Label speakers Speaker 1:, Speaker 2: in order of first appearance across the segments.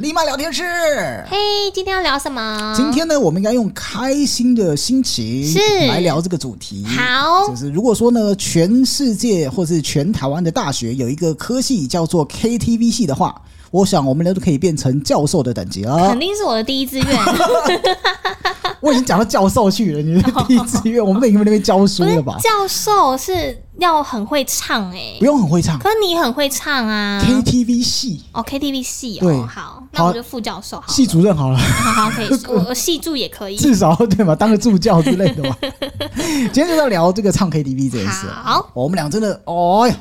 Speaker 1: 立马聊天室。
Speaker 2: 嘿、今天要聊什么？
Speaker 1: 今天呢，我们应该用开心的心情
Speaker 2: 嗯是
Speaker 1: 来聊这个主题。
Speaker 2: 好
Speaker 1: 就是如果说呢，全世界或是全台湾的大学有一个科系叫做 KTV 系的话，我想我们都可以变成教授的等级了
Speaker 2: 肯。定是我的第一志愿，
Speaker 1: 我已经讲到教授去了，你是第一志愿，我们已经在那边教书
Speaker 2: 不是
Speaker 1: 了吧？
Speaker 2: 教授是要很会唱哎、
Speaker 1: 不用很会唱
Speaker 2: 可你很会唱啊。
Speaker 1: KTV 系
Speaker 2: 哦，KTV 系
Speaker 1: 对
Speaker 2: 哦，好，那我就副教授好
Speaker 1: 系
Speaker 2: 了，
Speaker 1: 主任好 了。
Speaker 2: 好好可以，我我系助也可以。
Speaker 1: 至少对吧？当个助教之类的 吧。今天就在聊这个唱 KTV 这件事。
Speaker 2: 好，
Speaker 1: 我们俩真的，哦呀，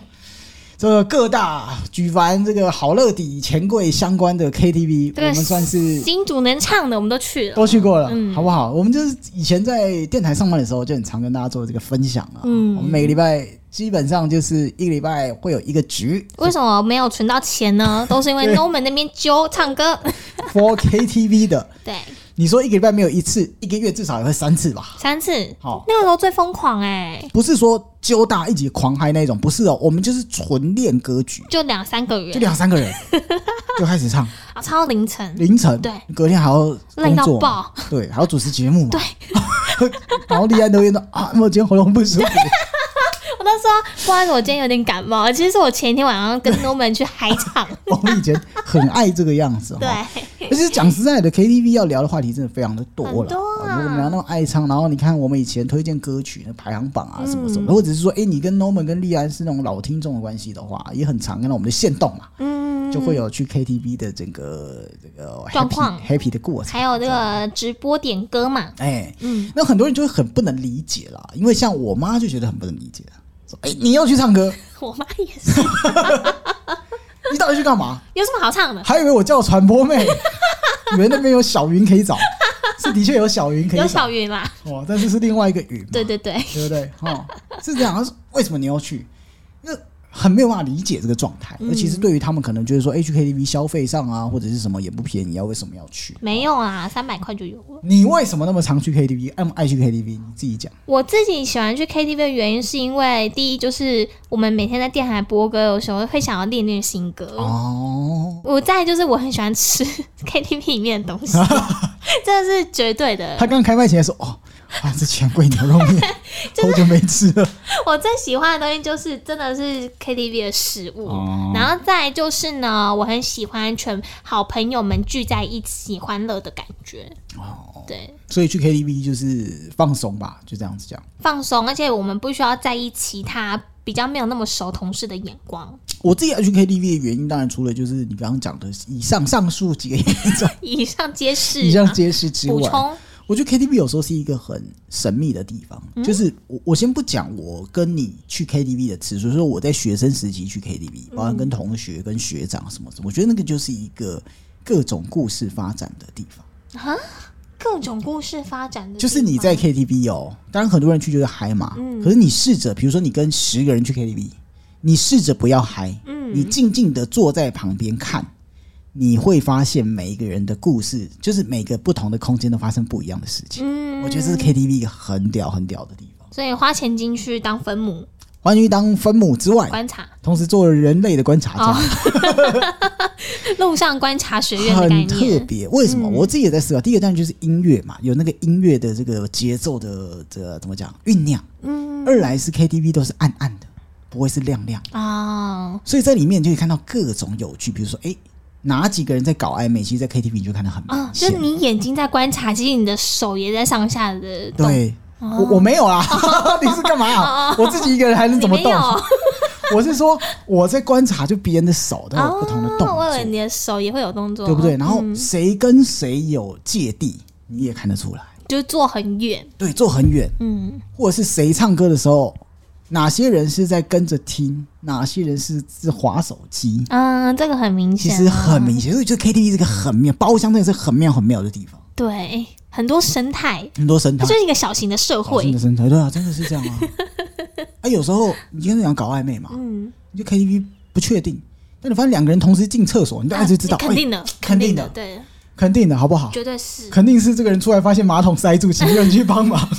Speaker 1: 这个各大举凡这个好乐迪、钱柜相关的 KTV，
Speaker 2: 这
Speaker 1: 我
Speaker 2: 个
Speaker 1: 们算是
Speaker 2: 新竹能唱的我们嗯都去了，
Speaker 1: 都去过了，好不好？我们就是以前在电台上班的时候，就很常跟大家做这个分享啊。
Speaker 2: 嗯
Speaker 1: 我们每个礼拜基本上就是一个礼拜会有一个局
Speaker 2: 为什么没有存到钱 呢？都是因为 n o m a 那边揪唱歌，
Speaker 1: for KTV 的。
Speaker 2: 对，
Speaker 1: 你说一个礼拜没有一次，一个月至少也会三次吧？
Speaker 2: 三次。
Speaker 1: 好
Speaker 2: 那个时候最疯狂哎、
Speaker 1: 不是说揪大家一起狂嗨那种，不是哦，我们就是纯练歌曲，
Speaker 2: 就两三个月
Speaker 1: 就，两三 个人就开始唱，
Speaker 2: 啊，唱到凌晨，
Speaker 1: 凌晨，
Speaker 2: 对，
Speaker 1: 隔天还要
Speaker 2: 累
Speaker 1: 工
Speaker 2: 到
Speaker 1: 作嘛，
Speaker 2: 爆。
Speaker 1: 对，还要主持节目嘛，对， 然后立安留言说啊，我今天喉咙不舒服，
Speaker 2: 我那时候不好意思，我今天有点感冒。其实是我前一天晚上 跟 Norman 去嗨 场，
Speaker 1: 我们以前很爱这个样子，
Speaker 2: 对，
Speaker 1: 哈。而且讲实在的，KTV 要聊的话题真的非常的多了。
Speaker 2: 很多
Speaker 1: 如
Speaker 2: 啊
Speaker 1: 果我们聊那么爱唱，然后你看我们以前推荐歌曲的排行榜
Speaker 2: 嗯
Speaker 1: 啊什么什么的，或者是说，哎、你跟 Norman 跟立安是那种老听众的关系的话，也很常看到我们的线动嘛，
Speaker 2: 嗯，
Speaker 1: 就会有去 KTV 的整个这个 happy,
Speaker 2: 状况
Speaker 1: happy 的过程。
Speaker 2: 还有这个直播点歌嘛，
Speaker 1: 哎，
Speaker 2: 嗯，
Speaker 1: 那很多人就会很不能理解啦，因为像我妈就觉得很不能理解，说：“哎、你要去唱 歌，
Speaker 2: 我妈也是，
Speaker 1: 你到底去干嘛？
Speaker 2: 有什么好唱的？
Speaker 1: 还以为我叫传播妹， 以为那边有小云可以找，是的确有小云可
Speaker 2: 有
Speaker 1: 以找
Speaker 2: 小云啦，
Speaker 1: 哦，但是是另外一个云嘛，
Speaker 2: 对对对，
Speaker 1: 对不对？哈、是这样。他说为什么你要去？那很没有办法理解这个状
Speaker 2: 嗯
Speaker 1: 态，尤其是对于他们可能就是说，哎、去 KTV 消费上啊，或者是什么也不便宜啊，为什么要去？
Speaker 2: 没有啊，三百块就有了。
Speaker 1: 你为什么那么常去 KTV？爱不爱去 KTV？你自己讲。
Speaker 2: 我自己喜欢去 KTV 的原因是因为，第一就是我们每天在电台播歌，有时候会想要练练新歌。
Speaker 1: 哦，
Speaker 2: 我再来就是我很喜欢吃 KTV 里面的 东西，这是绝对的。
Speaker 1: 他刚开麦前还说，哦，啊，这钱贵牛肉 面，好久没吃了。
Speaker 2: 我最喜欢的东西就是真的是 KTV 的食物，
Speaker 1: 哦
Speaker 2: 然后再来就是呢，我很喜欢全好朋友们聚在一起欢乐的感觉。
Speaker 1: 哦
Speaker 2: 对，
Speaker 1: 所以去 KTV 就是放松吧，就这样子讲。
Speaker 2: 放松，而且我们不需要在意其他比较没有那么熟同事的眼光。
Speaker 1: 我自己要去 KTV 的原因，当然除了就是你刚刚讲的以上上述几个原 因之外
Speaker 2: 以上皆是，
Speaker 1: 以上皆是之
Speaker 2: 啊补
Speaker 1: 外，
Speaker 2: 充
Speaker 1: 我觉得 KTV 有时候是一个很神秘的地方，
Speaker 2: 嗯
Speaker 1: 就是我我先不讲我跟你去 KTV 的次数，就是说我在学生时期去 KTV，包
Speaker 2: 嗯
Speaker 1: 括跟同学、跟学长什么什么，我觉得那个就是一个各种故事发展的地方。
Speaker 2: 各种故事发展的地方，
Speaker 1: 就是你在 KTV 哦，当然很多人去就是嗨嘛，
Speaker 2: 嗯
Speaker 1: 可是你试着，比如说你跟十个人去 KTV，你试着不要嗨，
Speaker 2: 嗯
Speaker 1: 你静静的坐在旁边看，你会发现每一个人的故事，就是每个不同的空间都发生不一样的事情。
Speaker 2: 嗯，
Speaker 1: 我觉得这是 KTV 一个很屌很屌的地方。
Speaker 2: 所以花钱进去当分母
Speaker 1: 关于当分母之外，
Speaker 2: 观察，
Speaker 1: 同时做人类的观察家，
Speaker 2: 哦 路上观察学院的概
Speaker 1: 很特
Speaker 2: 念，嗯
Speaker 1: 别。为什么？我自己也在思考。第一个当然就是音乐嘛，有那个音乐的这个节奏的这怎么讲酝酿。嗯。二来是 KTV 都是暗暗的，不会是亮亮的，
Speaker 2: 啊、
Speaker 1: 所以在里面你就可以看到各种有趣，比如说哎。诶哪几个人在搞暧昧？其实，在 KTV 你就看得很
Speaker 2: 啊、
Speaker 1: 明
Speaker 2: 就
Speaker 1: 显。
Speaker 2: 是你眼睛在观察，其实你的手也在上下的动。
Speaker 1: 对，我我没有啦， 你是干嘛、
Speaker 2: 哦
Speaker 1: 啊？我自己一个人还能
Speaker 2: 你
Speaker 1: 怎么
Speaker 2: 没
Speaker 1: 动
Speaker 2: 有？啊
Speaker 1: 我是说我在观察，就别人的手都有不同的动
Speaker 2: 哦
Speaker 1: 作。
Speaker 2: 我以为你的啊手也会有动作，哦嗯
Speaker 1: 对不对？然后谁跟谁有芥蒂，你也看得出来。
Speaker 2: 就是坐很远，
Speaker 1: 对，坐很远，
Speaker 2: 嗯，
Speaker 1: 或者是谁唱歌的时候，哪些人是在跟着听，哪些人是是划手机，
Speaker 2: 嗯，这个很明
Speaker 1: 其
Speaker 2: 显啊，
Speaker 1: 实很明显。所以就 KTV 是个很妙，包厢真的是很妙很妙的地方，
Speaker 2: 对，很多生态，
Speaker 1: 很多神
Speaker 2: 它
Speaker 1: 态
Speaker 2: 就，是一个小型的社
Speaker 1: 好真
Speaker 2: 会
Speaker 1: 的，神态，对啊，真的是这样 啊。啊，有时候你跟人讲搞暧昧嘛，
Speaker 2: 嗯，
Speaker 1: 你就 KTV 不确定。但你发现两个人同时进厕所，你就
Speaker 2: 啊
Speaker 1: 一直知道，
Speaker 2: 肯定的
Speaker 1: 哎，肯定的，
Speaker 2: 对，
Speaker 1: 肯定的，好不好？
Speaker 2: 绝对是，
Speaker 1: 肯定是这个人出来发现马桶塞住，请有人去帮忙。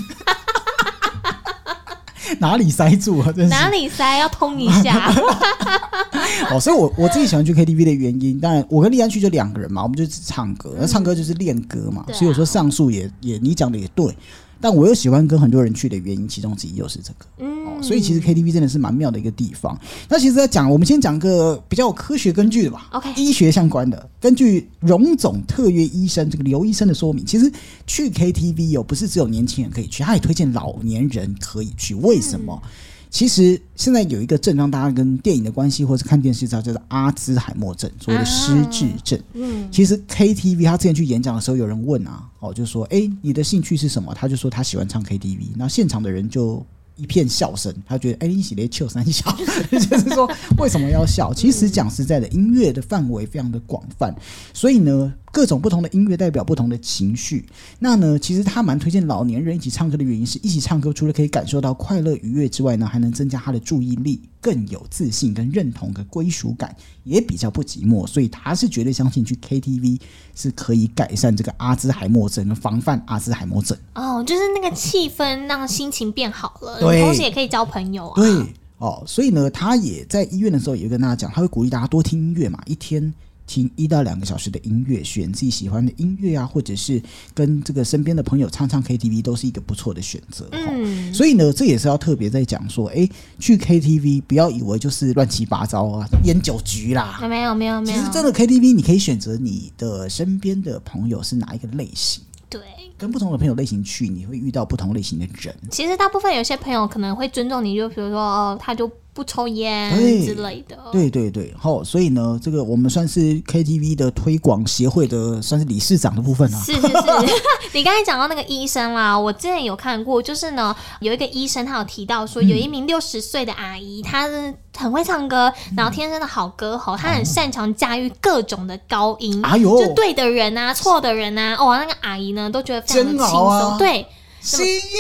Speaker 1: 哪里塞住啊？真是
Speaker 2: 哪里塞要通一下，
Speaker 1: 哦，所以我我自己喜欢去 KTV 的原因，当然我跟立安去就两个人嘛，我们就只唱歌，那、唱歌就是练歌嘛，
Speaker 2: 嗯对啊
Speaker 1: 所以我说上述也也你讲的也对，但我又喜欢跟很多人去的原因，其中之一就是这个。
Speaker 2: 嗯
Speaker 1: 哦，所以其实 KTV 真的是蛮妙的一个地方。那其实，在讲我们先讲个比较有科学根据的吧
Speaker 2: OK
Speaker 1: 医学相关的。根据荣总特约医生这个刘医生的说明，其实去 KTV 哦，不是只有年轻人可以去，他也推荐老年人可以去。为什
Speaker 2: 嗯
Speaker 1: 么？其实现在有一个症状，大家跟电影的关系，或是看电视知道，叫做阿兹海默症，所谓的失智症。
Speaker 2: 嗯，
Speaker 1: 其实 KTV 他之前去演讲的时候，有人问啊，哦，就说，哎、你的兴趣是什么？他就说他喜欢唱 KTV，那现场的人就一片笑声，他觉得，哎、你喜来笑三笑， 就是说为什么要笑？其实讲实在的，音乐的范围非常的广泛，所以呢，各种不同的音乐代表不同的情绪。那呢，其实他蛮推荐老年人一起唱歌的原因是，一起唱歌除了可以感受到快乐愉悦之外呢，还能增加他的注意力，更有自信跟认同的归属感，也比较不寂寞。所以他是绝对相信去 KTV 是可以改善这个阿兹海默症，防范阿兹海默症。
Speaker 2: 哦，就是那个气氛让心情变好了，
Speaker 1: 对
Speaker 2: 同时也可以交朋友啊。
Speaker 1: 对，哦，所以呢，他也在医院的时候也跟大家讲，他会鼓励大家多听音乐嘛，一天听一到两个小时的音乐，选自己喜欢的音乐啊，或者是跟这个身边的朋友唱唱 KTV 都是一个不错的选择。嗯，所以呢，这也是要特别在讲说，哎，去 KTV 不要以为就是乱七八糟啊，烟酒局啦。
Speaker 2: 没有没有嗯没
Speaker 1: 其
Speaker 2: 有
Speaker 1: 实，真的 KTV 你可以选择你的身边的朋友是哪一个类型，
Speaker 2: 对。
Speaker 1: 跟不同的朋友类型去，你会遇到不同类型的人。
Speaker 2: 其实大部分有些朋友可能会尊重你，就比如说哦，他就不抽烟
Speaker 1: 对
Speaker 2: 之类的。
Speaker 1: 对对对，好、所以呢，这个我们算是 KTV 的推广协会的，算是理事长的部分啊。
Speaker 2: 是是是， 你刚才讲到那个医生啦，我之前有看过，就是呢，有一个医生他有提到说，有一名六十岁的阿姨，她是很会唱歌，然后天生的好歌喉，她很擅长驾驭各种的高音，
Speaker 1: 哎呦
Speaker 2: 嗯就对的人啊，错的人啊，哦，那个阿姨呢都觉得非常的
Speaker 1: 煎
Speaker 2: 轻
Speaker 1: 熬
Speaker 2: 松，
Speaker 1: 啊
Speaker 2: 对，
Speaker 1: 心一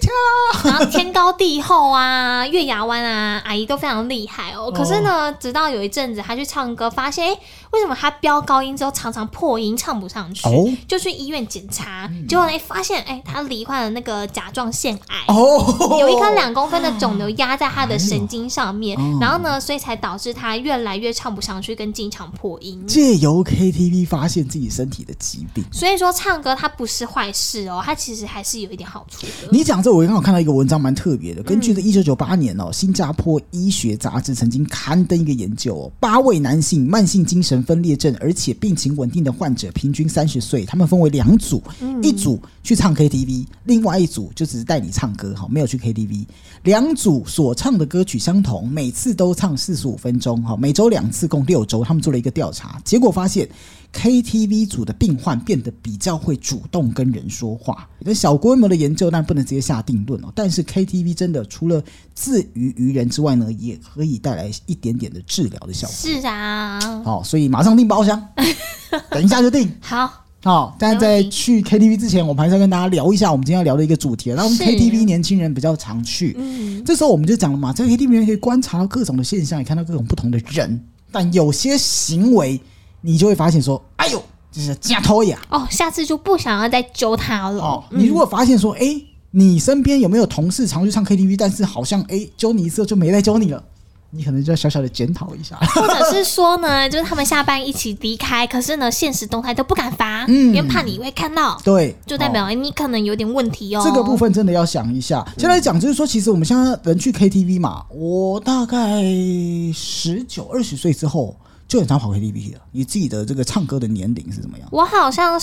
Speaker 1: 跳，
Speaker 2: 然后天高地厚啊，月牙湾啊，阿姨都非常厉害哦。可是呢，直到有一阵子她去唱歌，发现哎、诶为什么她飙高音之后常常破音，唱不上去，
Speaker 1: 哦嗯
Speaker 2: 就去医院检查，结果呢发现哎、诶她罹患了那个甲状腺癌。
Speaker 1: 哦，
Speaker 2: 有一颗两公分的肿瘤压在她的神经上面，
Speaker 1: 哦
Speaker 2: 然后呢，所以才导致她越来越唱不上去，跟经常破音。
Speaker 1: 哦借由 KTV 发现自己身体的疾病。
Speaker 2: 所以说，唱歌它不是坏事哦，它其实还是有一点好处的。
Speaker 1: 你讲这，我刚好看到一个文章蛮特别的，根据这一九九八年哦，新加坡医学杂志曾经刊登一个研究哦，八位男性慢性精神分裂症而且病情稳定的患者，平均三十岁，他们分为两组，一组去唱 KTV，另外一组就只是带你唱歌，哈，没有去 KTV。两组所唱的歌曲相同，每次都唱四十五分钟，哈，每周两次，共六周。他们做了一个调查，结果发现 KTV 组的病患变得比较会主动跟人说话。那小规模的研究，但不能直接下定论哦。但是 KTV 真的除了自娱于人之外呢，也可以带来一点点的治疗的效果。
Speaker 2: 是啊，
Speaker 1: 好、所以马上订包厢，等一下就订。
Speaker 2: 好，
Speaker 1: 好，但在
Speaker 2: 没问题
Speaker 1: 去 KTV 之前，我们还是要跟大家聊一下我们今天要聊的一个主题。那我们
Speaker 2: 是嗯
Speaker 1: KTV 年轻人比较常去，这时候我们就讲了嘛，在 KTV 里面可以观察到各种的现象，也看到各种不同的人，但有些行为你就会发现说，哎呦，这是假偷呀！
Speaker 2: 哦，下次就不想要再揪他了。
Speaker 1: 哦，你如果发现说，哎、你身边有没有同事常去唱 KTV，但是好像哎揪你一次就没再揪你了，你可能就要小小的检讨一下。
Speaker 2: 或者是说呢， 就是他们下班一起离开，可是呢，现实动态都不敢发，因为怕你会看到，
Speaker 1: 对，
Speaker 2: 就代
Speaker 1: 嗯哦
Speaker 2: 表、哎你可能有点问题哦。
Speaker 1: 这个部分真的要想一
Speaker 2: 嗯
Speaker 1: 下。先来讲，就是说，其实我们现在人去 KTV 嘛，我大概十九、二十岁之后就很常跑 KTV 了。你自己的这个唱歌的年龄是怎么样？
Speaker 2: 我好像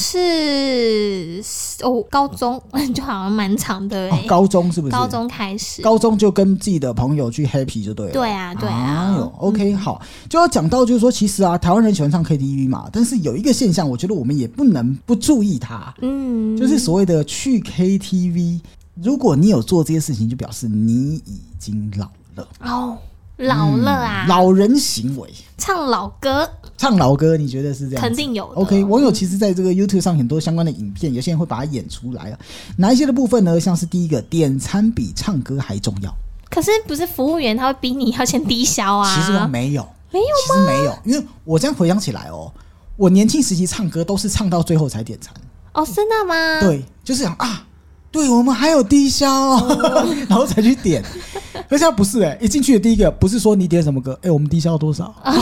Speaker 2: 是哦，高中 就好像蛮长的、
Speaker 1: 哦
Speaker 2: 哎，
Speaker 1: 高中是不是？
Speaker 2: 高中开始，
Speaker 1: 高中就跟自己的朋友去 happy 就对了。
Speaker 2: 对啊，对
Speaker 1: 哎呦
Speaker 2: 啊，
Speaker 1: ，OK，好，就要讲到就是说，其实啊，台湾人喜欢唱 KTV 嘛，但是有一个现象，我觉得我们也不能不注意它，
Speaker 2: 嗯，
Speaker 1: 就是所谓的去 KTV。如果你有做这些事情，就表示你已经老了，
Speaker 2: 哦，老了啊，
Speaker 1: 嗯老人行为。
Speaker 2: 唱老歌
Speaker 1: 唱老歌，你觉得是这样子？
Speaker 2: 肯定有的
Speaker 1: OK，网友其实在这个 YouTube 上很多相关的影片，有些人会把它演出来啊。哪一些的部分呢？像是第一个，点餐比唱歌还重要。
Speaker 2: 可是不是服务员他会逼你要先低消
Speaker 1: 其实我
Speaker 2: 啊？
Speaker 1: 没有，
Speaker 2: 没有
Speaker 1: 其实没有，因为我这样回想起来哦，我年轻时期唱歌都是唱到最后才点餐，
Speaker 2: 哦，真的吗？
Speaker 1: 对，就是想啊，对我们还有低消 哦，然后才去点。可是他不是哎、一进去的第一个不是说你点什么歌，哎、我们低消多少？
Speaker 2: 哦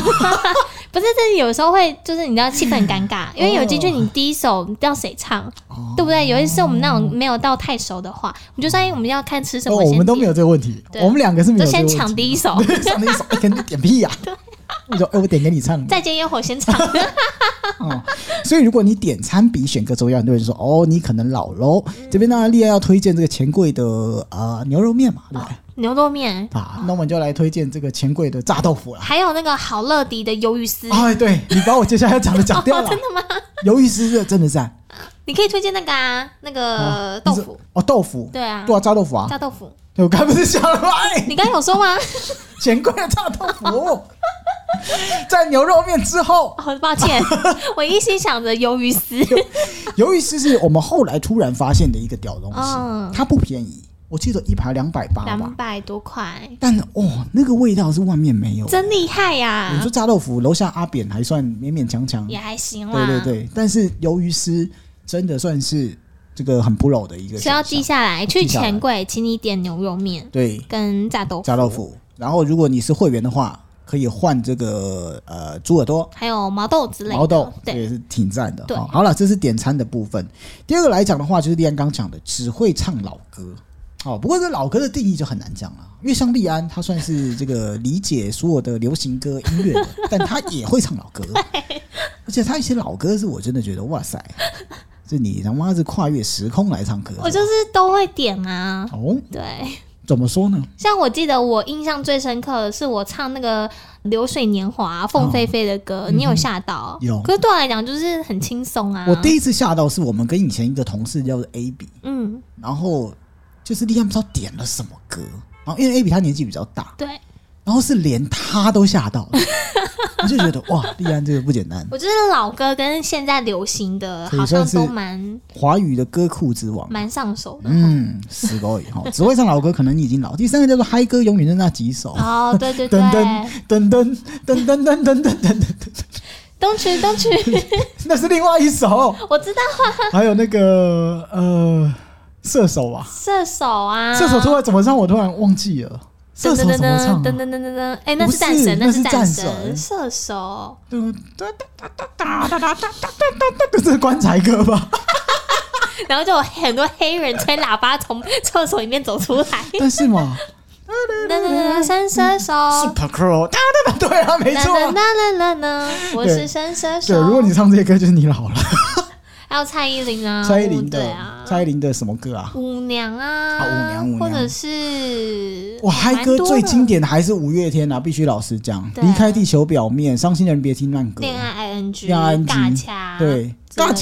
Speaker 2: 不是，这有时候会就是你知道气氛很尴
Speaker 1: 嗯
Speaker 2: 尬，因为有进去你第一首不知道谁唱，
Speaker 1: 哦
Speaker 2: 对不对？有一次我们那种没有到太熟的话，我们就说哎，我们要看吃什
Speaker 1: 哦，
Speaker 2: 么，
Speaker 1: 我
Speaker 2: 先
Speaker 1: 们都没有这个问题，
Speaker 2: 对
Speaker 1: 我们两个是没
Speaker 2: 就
Speaker 1: 有这个问
Speaker 2: 先抢
Speaker 1: 题。
Speaker 2: 第 一首，
Speaker 1: 对，上那一首，哎、跟你点屁呀、你说，哎、我点给你唱的。
Speaker 2: 再见烟火 先唱，
Speaker 1: 哦，所以如果你点餐比选歌重要，很多人说，哦，你可能老喽。这边当然立案要推荐这个钱柜的呃牛肉面嘛，对不对？
Speaker 2: 牛肉面，
Speaker 1: 啊，那我们就来推荐这个钱柜的炸豆腐啦。
Speaker 2: 还有那个好乐迪的鱿鱼丝，
Speaker 1: 哎，对你把我接下来要讲的讲掉了，真的吗？鱿鱼丝是真的赞，
Speaker 2: 你可以推荐那个啊，那
Speaker 1: 啊
Speaker 2: 个豆腐，
Speaker 1: 哦，豆腐，
Speaker 2: 对啊
Speaker 1: 对啊，炸豆腐啊，
Speaker 2: 炸豆腐，
Speaker 1: 对我刚不是讲了吗？哎，
Speaker 2: 你刚刚有说 吗？
Speaker 1: 钱柜的炸豆腐，在牛肉面之后，
Speaker 2: 哦，抱歉，我一心想着鱿鱼丝，
Speaker 1: 鱿鱼丝是我们后来突然发现的一个屌东
Speaker 2: 嗯
Speaker 1: 西，它不便宜，我记得一盘两百八吧
Speaker 2: 两，百多块，
Speaker 1: 但哦，那个味道是外面没有。
Speaker 2: 真厉害呀、
Speaker 1: 你说炸豆腐，楼下阿扁还算勉勉强强，
Speaker 2: 也还行啦。
Speaker 1: 对对对，但是鱿鱼丝真的算是这个很不老的一个选项，
Speaker 2: 所以要记下来，去
Speaker 1: 记下来
Speaker 2: 钱柜，请你点牛肉面
Speaker 1: 对
Speaker 2: 跟炸豆腐，
Speaker 1: 炸豆腐。然后如果你是会员的话，可以换这个呃猪耳朵。
Speaker 2: 还有毛豆之类的。
Speaker 1: 毛豆这
Speaker 2: 对，
Speaker 1: 也是挺赞的。
Speaker 2: 对
Speaker 1: 好好了，这是点餐的部分。第二个来讲的话，就是立安刚讲的，只会唱老歌。好、不过这老歌的定义就很难讲了，因为像立安，他算是这个理解所有的流行歌音 乐的，但他也会唱老歌，而且他一些老歌是我真的觉得哇塞，这你他妈是跨越时空来唱歌的。
Speaker 2: 我就是都会点啊。
Speaker 1: 哦，
Speaker 2: 对，
Speaker 1: 怎么说呢？
Speaker 2: 像我记得我印象最深刻的是我唱那个《流水年华》凤飞飞的歌，你有吓到？
Speaker 1: 哦嗯有
Speaker 2: 可是对我来讲就是很轻松啊。
Speaker 1: 我第一次吓到是我们跟以前一个同事叫做 A B，
Speaker 2: 嗯，
Speaker 1: 然后就是立安不知道点了什么歌，然后因为 A B 他年纪比较大，
Speaker 2: 对
Speaker 1: 然后是连他都吓到了，我就觉得哇，立安这个不简单，
Speaker 2: 我就是老歌跟现在流行的
Speaker 1: 可以
Speaker 2: 好像
Speaker 1: 算是
Speaker 2: 都蛮
Speaker 1: 华语的歌库之王。
Speaker 2: 蛮上手的。
Speaker 1: 嗯，死狗以后只会唱老歌，可能你已经老。第三个叫做嗨歌，永远就那几首，
Speaker 2: 哦，对对 对
Speaker 1: 噔，噔噔噔噔噔噔噔噔噔噔，
Speaker 2: 东区东区，
Speaker 1: 那是另外一首。
Speaker 2: 我知道
Speaker 1: 还有那个呃，射手啊，
Speaker 2: 射手啊，
Speaker 1: 射手突然怎么唱，我突然忘记了。射手怎么唱
Speaker 2: 噔噔
Speaker 1: 啊？
Speaker 2: 噔噔噔噔，哎，那是战
Speaker 1: 不是
Speaker 2: 神，
Speaker 1: 那是
Speaker 2: 是
Speaker 1: 战
Speaker 2: 战
Speaker 1: 神
Speaker 2: 射手，
Speaker 1: 噔哒哒哒哒哒哒哒哒哒哒，这是棺材歌吧？
Speaker 2: 然后就有很多黑人吹喇叭从厕所里面走 出来，噔
Speaker 1: 但是嘛
Speaker 2: 噔噔噔，神射手，
Speaker 1: ，Super Crow，哒哒哒，对啊，嗯没
Speaker 2: 噔
Speaker 1: 错啊
Speaker 2: 噔噔。噔 噔噔，我
Speaker 1: 对
Speaker 2: 是神射
Speaker 1: 对，如果
Speaker 2: 手，
Speaker 1: 你唱这些歌，就是你老了。
Speaker 2: 还有蔡依林啊，
Speaker 1: 蔡依林
Speaker 2: 对
Speaker 1: 的，
Speaker 2: 啊，
Speaker 1: 蔡依林的什么歌啊？
Speaker 2: 舞娘啊，
Speaker 1: 啊舞娘舞娘
Speaker 2: 或者是
Speaker 1: 哇，嗨歌最经
Speaker 2: 典，
Speaker 1: 典的还是五月天啊，必须老实讲，
Speaker 2: 对
Speaker 1: 离开地球表面，伤心的人别听慢歌，
Speaker 2: 恋爱 ing，
Speaker 1: 恋爱 ING
Speaker 2: 尬掐，
Speaker 1: 对，
Speaker 2: 之类
Speaker 1: 尬
Speaker 2: 的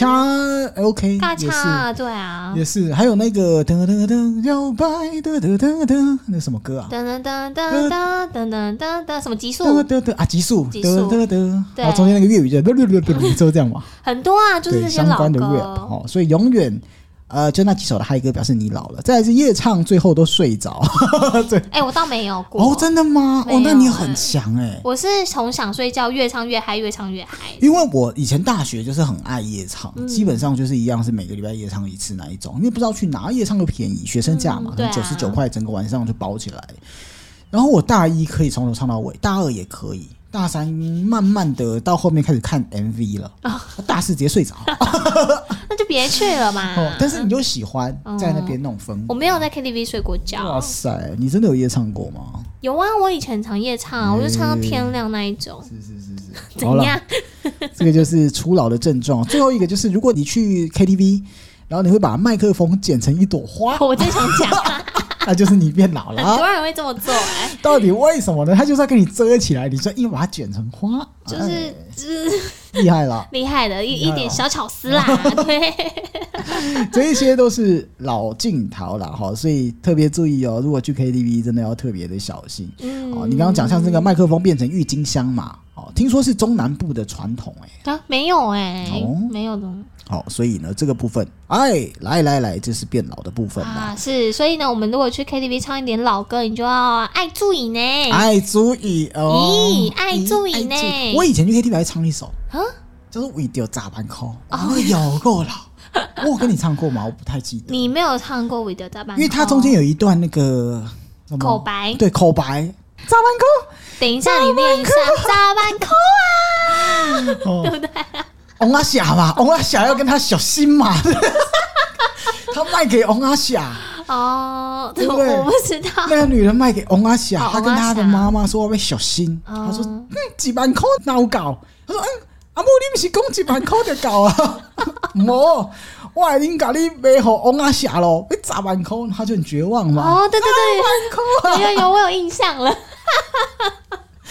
Speaker 1: 掐 OK，
Speaker 2: 尬
Speaker 1: 也
Speaker 2: 掐
Speaker 1: 是
Speaker 2: 啊，对啊，
Speaker 1: 也是，还有那个噔噔噔摇摆噔噔噔噔，那什么歌啊？
Speaker 2: 噔噔噔噔噔噔噔噔噔，什么级
Speaker 1: 噔
Speaker 2: 数
Speaker 1: 噔噔啊，急速
Speaker 2: 急
Speaker 1: 噔
Speaker 2: 速
Speaker 1: 噔噔，
Speaker 2: 对
Speaker 1: 然后中间那个粤语就噔噔噔噔噔，就这样嘛，
Speaker 2: 很多啊，就是
Speaker 1: 对，
Speaker 2: 这些
Speaker 1: 相
Speaker 2: 老
Speaker 1: 关的 rap
Speaker 2: 歌。
Speaker 1: 哦，所以永远。呃，就那几首的嗨歌表示你老了，再来是夜唱，最后都睡着。对，
Speaker 2: 哎，我倒没有过。
Speaker 1: 哦，真的吗？
Speaker 2: 没有
Speaker 1: 哦，那你很强哎、
Speaker 2: 我是从想睡觉越唱越嗨，越唱越嗨。
Speaker 1: 因为我以前大学就是很爱夜唱，
Speaker 2: 嗯
Speaker 1: 基本上就是一样是每个礼拜夜唱一次那一种，因为不知道去哪夜唱又便宜，学生价嘛，
Speaker 2: 嗯
Speaker 1: 可能九
Speaker 2: 对啊
Speaker 1: 十九块整个晚上就包起来。然后我大一可以从头唱到尾，大二也可以，大三慢慢的到后面开始看 MV 了，
Speaker 2: 哦
Speaker 1: 大四直接睡 着。
Speaker 2: 那就别去了嘛。
Speaker 1: 哦，但是你就喜欢
Speaker 2: 嗯
Speaker 1: 在那边弄风。
Speaker 2: 我没有在 KTV 睡过
Speaker 1: 哇
Speaker 2: 觉。
Speaker 1: 塞，你真的有夜唱过吗？
Speaker 2: 有啊，我以前常夜唱啊，我就唱到天亮那一种。
Speaker 1: 嗯是是是是。
Speaker 2: 怎
Speaker 1: 好了
Speaker 2: 样？
Speaker 1: 这个就是初老的症状。最后一个就是，如果你去 KTV，然后你会把麦克风剪成一朵花，
Speaker 2: 我真想讲，
Speaker 1: 那就是你变老了
Speaker 2: 很
Speaker 1: 啊。
Speaker 2: 多人会这么做哎，
Speaker 1: 到底为什么呢？他就是要给你遮起来，你就硬把它卷成花，
Speaker 2: 就是就是
Speaker 1: 哎厉害了。
Speaker 2: 厉害的，一
Speaker 1: 害
Speaker 2: 一
Speaker 1: 哦
Speaker 2: 点小巧 思啦。对，
Speaker 1: 这一些都是老镜头啦，哈，所以特别注意哦。如果去 KTV，真的要特别的小心。
Speaker 2: 嗯
Speaker 1: 哦，你刚刚讲像这个麦克风变成郁金香嘛，哦，听说是中南部的传统、哎。
Speaker 2: 啊，没有哎
Speaker 1: 哦，
Speaker 2: 没有的。
Speaker 1: 好，所以呢，这个部分，哎，来来来，这是变老的部分啦。
Speaker 2: 啊，是，所以呢，我们如果去 KTV 唱一点老歌，你就要爱注意呢。
Speaker 1: 爱足以哦，
Speaker 2: 哎
Speaker 1: 哎
Speaker 2: 咦爱足矣呢
Speaker 1: 爱足矣我以前去 KTV 还唱一首，
Speaker 2: 啊，
Speaker 1: 叫做《为着咋办哭》，啊，有够老。我有跟你唱过吗？我不太记得，
Speaker 2: 你啊没有唱过《韦德大班》，
Speaker 1: 因为它中间有一段那个什么
Speaker 2: 口白
Speaker 1: 对口白，扎班
Speaker 2: 等一下你念一下“扎班扣
Speaker 1: 哥，哦、对不对？ 翁阿霞嘛，翁阿霞要跟他小心嘛， 他卖给翁阿霞，”
Speaker 2: 啊哦，
Speaker 1: 对不对
Speaker 2: 我不知道。
Speaker 1: 那个女人卖给翁阿霞，
Speaker 2: 哦
Speaker 1: 她跟她的
Speaker 2: 翁阿霞
Speaker 1: 妈妈说要被小心，
Speaker 2: 哦
Speaker 1: 她说嗯几万块哪有搞？她说嗯阿母你不是讲几万块就搞啊？ 无，我已经甲你卖给翁阿霞咯，你十万块，她就很绝望嘛。
Speaker 2: 哦，对对对，
Speaker 1: 万
Speaker 2: 有有有，我有印象了。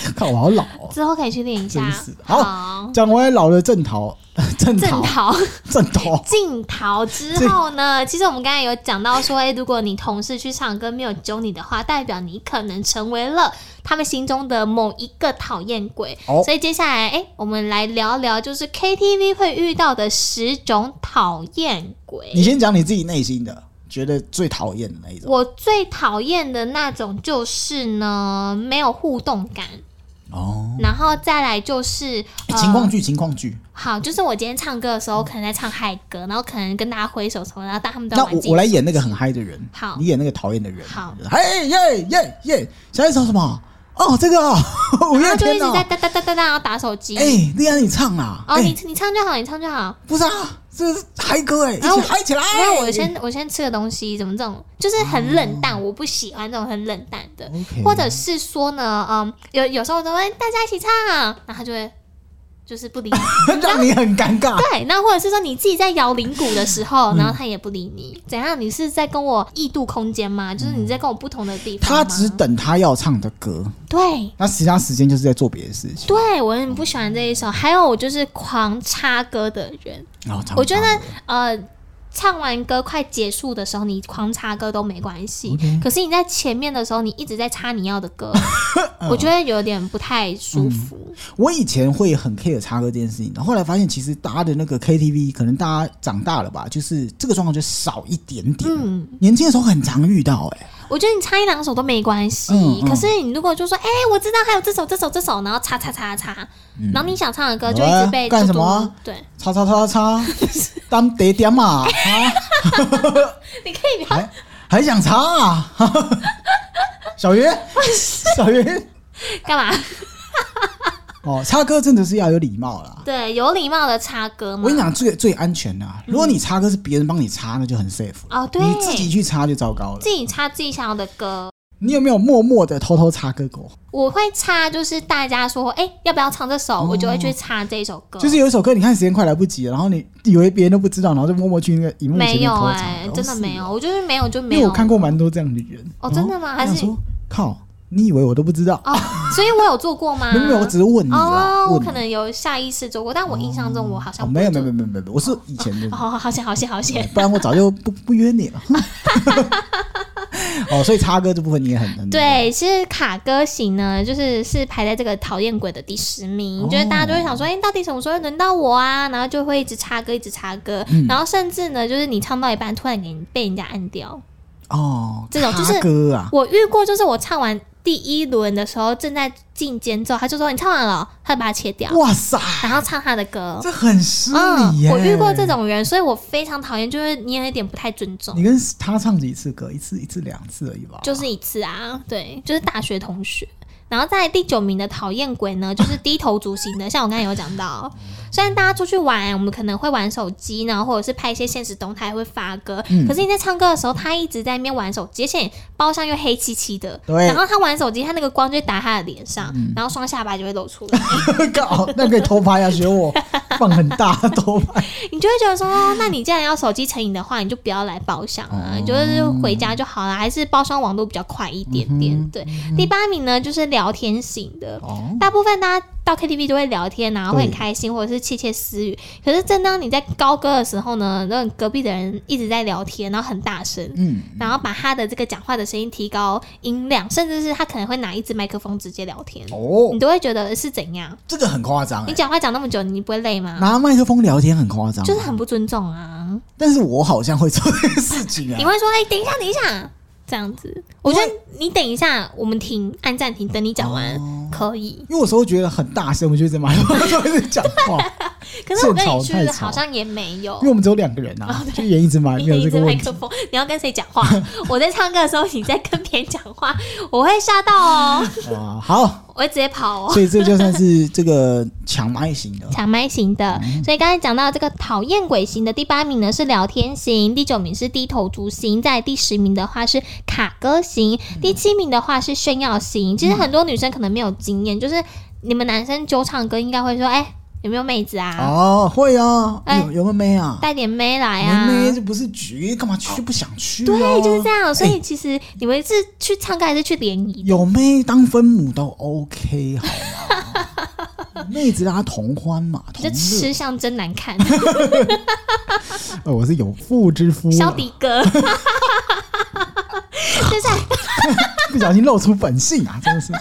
Speaker 1: 块，看我好老哦，
Speaker 2: 之后可以去练一下
Speaker 1: 真是。好。讲完老的正桃， 正
Speaker 2: 正
Speaker 1: 桃，
Speaker 2: 逃
Speaker 1: 正桃，
Speaker 2: 进逃之后呢，其实我们刚才有讲到说，哎、如果你同事去唱歌没有揪你的话，代表你可能成为了他们心中的某一个讨厌鬼。
Speaker 1: 哦
Speaker 2: 所以接下来，哎、我们来聊聊就是 KTV 会遇到的十种讨厌鬼。
Speaker 1: 你先讲你自己内心的，觉得最讨厌的那一种
Speaker 2: 我最讨厌的那种就是呢，没有互动感，
Speaker 1: 哦。
Speaker 2: 然后再来就是、
Speaker 1: 哎
Speaker 2: 呃
Speaker 1: 情况剧，情况剧。
Speaker 2: 好，就是我今天唱歌的时候，可能在唱嗨歌，然后可能跟大家挥手什么，然后大他们都
Speaker 1: 那
Speaker 2: 要玩
Speaker 1: 我
Speaker 2: 自己
Speaker 1: 我来演那个很嗨的人，
Speaker 2: 好
Speaker 1: 你演那个讨厌的人，
Speaker 2: 好
Speaker 1: 就是，嘿耶耶耶，小在找什么？哦，这个 哦，五
Speaker 2: 然
Speaker 1: 月
Speaker 2: 后就一
Speaker 1: 天
Speaker 2: 直
Speaker 1: 哦
Speaker 2: 在，哒哒哒哒哒，然后打手机。
Speaker 1: 哎，丽安你唱啊，
Speaker 2: 哦，你
Speaker 1: 哎，
Speaker 2: 你唱就好，你唱就好。
Speaker 1: 不是啊，这是嗨歌哎，一
Speaker 2: 然后
Speaker 1: 起嗨起来。
Speaker 2: 因为我先我先吃个东西，怎么这种就是很冷淡，我不喜欢这种很冷淡的，
Speaker 1: OK
Speaker 2: 或者是说呢，嗯，有有时候我都会大家一起唱，然后他就会就是不理你。
Speaker 1: 让你很尴尬，
Speaker 2: 对，那或者是说你自己在摇铃鼓的时候，然后他也不理你，怎样？你是在跟我异度空间吗？就是你在跟我不同的地方吗
Speaker 1: 他只等他要唱的歌，
Speaker 2: 对。
Speaker 1: 那其他时间就是在做别的事情。
Speaker 2: 对，我很不喜欢这一首。还有，我就是狂插歌的人。
Speaker 1: 然后唱
Speaker 2: 我觉得
Speaker 1: 唱
Speaker 2: 呃，唱完歌快结束的时候，你狂插歌都没关系。
Speaker 1: OK
Speaker 2: 可是你在前面的时候，你一直在插你要的歌，我觉得有点不太舒服。
Speaker 1: 我以前会很 care 插歌这件事情，后来发现其实大家的那个 KTV，可能大家长大了吧，就是这个状况就少一点点。
Speaker 2: 嗯
Speaker 1: 年轻的时候很常遇到、哎，
Speaker 2: 我觉得你插一两首都没关系。
Speaker 1: 嗯嗯
Speaker 2: 可是你如果就说，哎、我知道还有这首、这首、这首，然后插插插插，然后你想唱的歌就一直
Speaker 1: 嗯
Speaker 2: 被
Speaker 1: 哎干
Speaker 2: 嘟
Speaker 1: 什
Speaker 2: 嘟
Speaker 1: 么
Speaker 2: 对，
Speaker 1: 叉叉叉叉，当得点嘛，啊，
Speaker 2: 你可以不要，
Speaker 1: 还还想插啊？ 小 云，小云，
Speaker 2: 干嘛？
Speaker 1: 哦，插歌真的是要有礼貌啦。
Speaker 2: 对，有礼貌的插歌
Speaker 1: 我
Speaker 2: 嘛
Speaker 1: 跟。你讲，最最安全的、啊如果你插歌是别人帮你插，那就很 safe 了。
Speaker 2: 哦，对，
Speaker 1: 你自己去插就糟糕了
Speaker 2: 自。己插自己想要的歌。
Speaker 1: 你有没有默默的偷偷插歌过？
Speaker 2: 我会插，就是大家说，哎、要不要唱这首？我就会去插这首歌。
Speaker 1: 哦就是有一首歌，你看时间快来不及了，然后你以为别人都不知道，然后就默默去那个荧幕前
Speaker 2: 没
Speaker 1: 面
Speaker 2: 有
Speaker 1: 偷插。
Speaker 2: 啊哎、
Speaker 1: 哦
Speaker 2: 真的没。
Speaker 1: 是
Speaker 2: 有，
Speaker 1: 哦
Speaker 2: 我就是没有就
Speaker 1: 因
Speaker 2: 没
Speaker 1: 为
Speaker 2: 有。
Speaker 1: 我看过蛮多这样的人。
Speaker 2: 哦真的吗
Speaker 1: 然后
Speaker 2: 还是
Speaker 1: 我想说靠？你以为我都不知道？
Speaker 2: 哦，所以我有做过吗？
Speaker 1: 没有没有，我只是问你啦。
Speaker 2: 哦，我
Speaker 1: 问你
Speaker 2: 可能有下意识做过，但我印象中我好
Speaker 1: 哦，
Speaker 2: 像
Speaker 1: 没有没有
Speaker 2: 有。
Speaker 1: 没有没有没有，我是以前的人，
Speaker 2: 哦，好险好险好险！
Speaker 1: 不然我早就 不不约你了。哦，所以插歌这部分你也很很，
Speaker 2: 对，其实卡歌型呢，就是是排在这个讨厌鬼的第十名，
Speaker 1: 哦
Speaker 2: 就是大家就会想说，哎、到底什么时候会轮到我啊？然后就会一直插歌，一直插歌，
Speaker 1: 嗯
Speaker 2: 然后甚至呢，就是你唱到一半，突然给你被人家按掉。
Speaker 1: 哦，
Speaker 2: 这种就是
Speaker 1: 插歌啊，
Speaker 2: 我遇过，就是我唱完第一轮的时候，正在进间奏，他就说你唱完了，他就把它切掉，
Speaker 1: 哇塞，
Speaker 2: 然后唱他的歌。
Speaker 1: 这很失礼
Speaker 2: 嗯，
Speaker 1: 耶。
Speaker 2: 我遇过这，种人，所以我非常讨厌，就是你有一点不太尊重
Speaker 1: 你，跟他唱几次歌？一次一次两次而已 吧。
Speaker 2: 就是一次啊，对，就是大学同学。然后在第九名的讨厌鬼呢，就是低头族型 的，像我刚才有讲到，虽然大家出去玩，我们可能会玩手机，然后或者是拍一些现实动态会发歌，可是你在唱歌的时候，他一直在那边玩手机，而且包厢又黑漆漆的，
Speaker 1: 对
Speaker 2: 然后他玩手机，他那个光就会打他的脸上，然后双下巴就会露出来，
Speaker 1: 搞，那可以偷拍啊，学我放很大偷 拍。
Speaker 2: 你就会觉得说，哦那你既然要手机成瘾的话，你就不要来包厢
Speaker 1: 哦
Speaker 2: 啊，你就是回家就好了，还是包厢网络比较快一点点。
Speaker 1: 嗯
Speaker 2: 对，第八名呢就是聊天型的。
Speaker 1: 哦，
Speaker 2: 大部分大家到 KTV 都会聊天啊，然后会很开心，或者是窃窃私语。可是正当你在高歌的时候呢，那隔壁的人一直在聊天，然后很大声，
Speaker 1: 嗯，
Speaker 2: 然后把他的这个讲话的声音提高音量，甚至是他可能会拿一支麦克风直接聊天，
Speaker 1: 哦
Speaker 2: 你，都会觉得呃是怎样？
Speaker 1: 这个很夸张
Speaker 2: 你
Speaker 1: 欸，
Speaker 2: 讲话讲那么久，你不会累吗？
Speaker 1: 拿麦克风聊天很夸张，
Speaker 2: 就是很不尊重啊。
Speaker 1: 但是我好像会做这个事情啊
Speaker 2: 你。会说：“哎、等一下，等一下。”这样子，我觉得你等一下，我们停，按暂停，等你讲完、可以。
Speaker 1: 因为我有时候觉得很大声，我就一直在麦克风上面讲话，
Speaker 2: 可是我跟
Speaker 1: 现场
Speaker 2: 你去
Speaker 1: 太
Speaker 2: 的
Speaker 1: 吵
Speaker 2: 好像也没有
Speaker 1: 因为。我们只有两个人啊，就一人一支麦，
Speaker 2: 你
Speaker 1: 没
Speaker 2: 可
Speaker 1: 有
Speaker 2: 以哦一
Speaker 1: 这
Speaker 2: 支
Speaker 1: 个
Speaker 2: 麦
Speaker 1: 问题
Speaker 2: 克。风，你要跟谁讲话？我在唱歌的时候，你在跟别人讲话，我会吓到 哦，
Speaker 1: 哇，好，
Speaker 2: 我会直接跑哦。
Speaker 1: 所以这就算是这个抢麦型的。
Speaker 2: 抢麦型的，
Speaker 1: 嗯
Speaker 2: 所以刚才讲到这个讨厌鬼型的第八名呢是聊天型，第九名是低头族型，在第十名的话是卡歌型，
Speaker 1: 嗯
Speaker 2: 第七名的话是炫耀型。其实很多女生可能没有经
Speaker 1: 嗯
Speaker 2: 验，就是你们男生纠唱歌应该会说，哎、有没有妹子 啊？
Speaker 1: 哦，会啊，
Speaker 2: 哎
Speaker 1: 有有没有妹啊？
Speaker 2: 带点妹来啊？
Speaker 1: 没妹这哦不是局，干嘛去就不想去、啊？
Speaker 2: 哦对，就是这样。所以其实你们是去唱歌还是去联谊的？
Speaker 1: 有妹当分母都 OK 好吗？ 妹子大家同欢嘛，
Speaker 2: 你
Speaker 1: 同
Speaker 2: 这
Speaker 1: 乐。
Speaker 2: 吃相真难 看，
Speaker 1: 呃，我是有妇之夫啊，
Speaker 2: 肖迪哥。 就是
Speaker 1: 不小心露出本性啊，真的 是。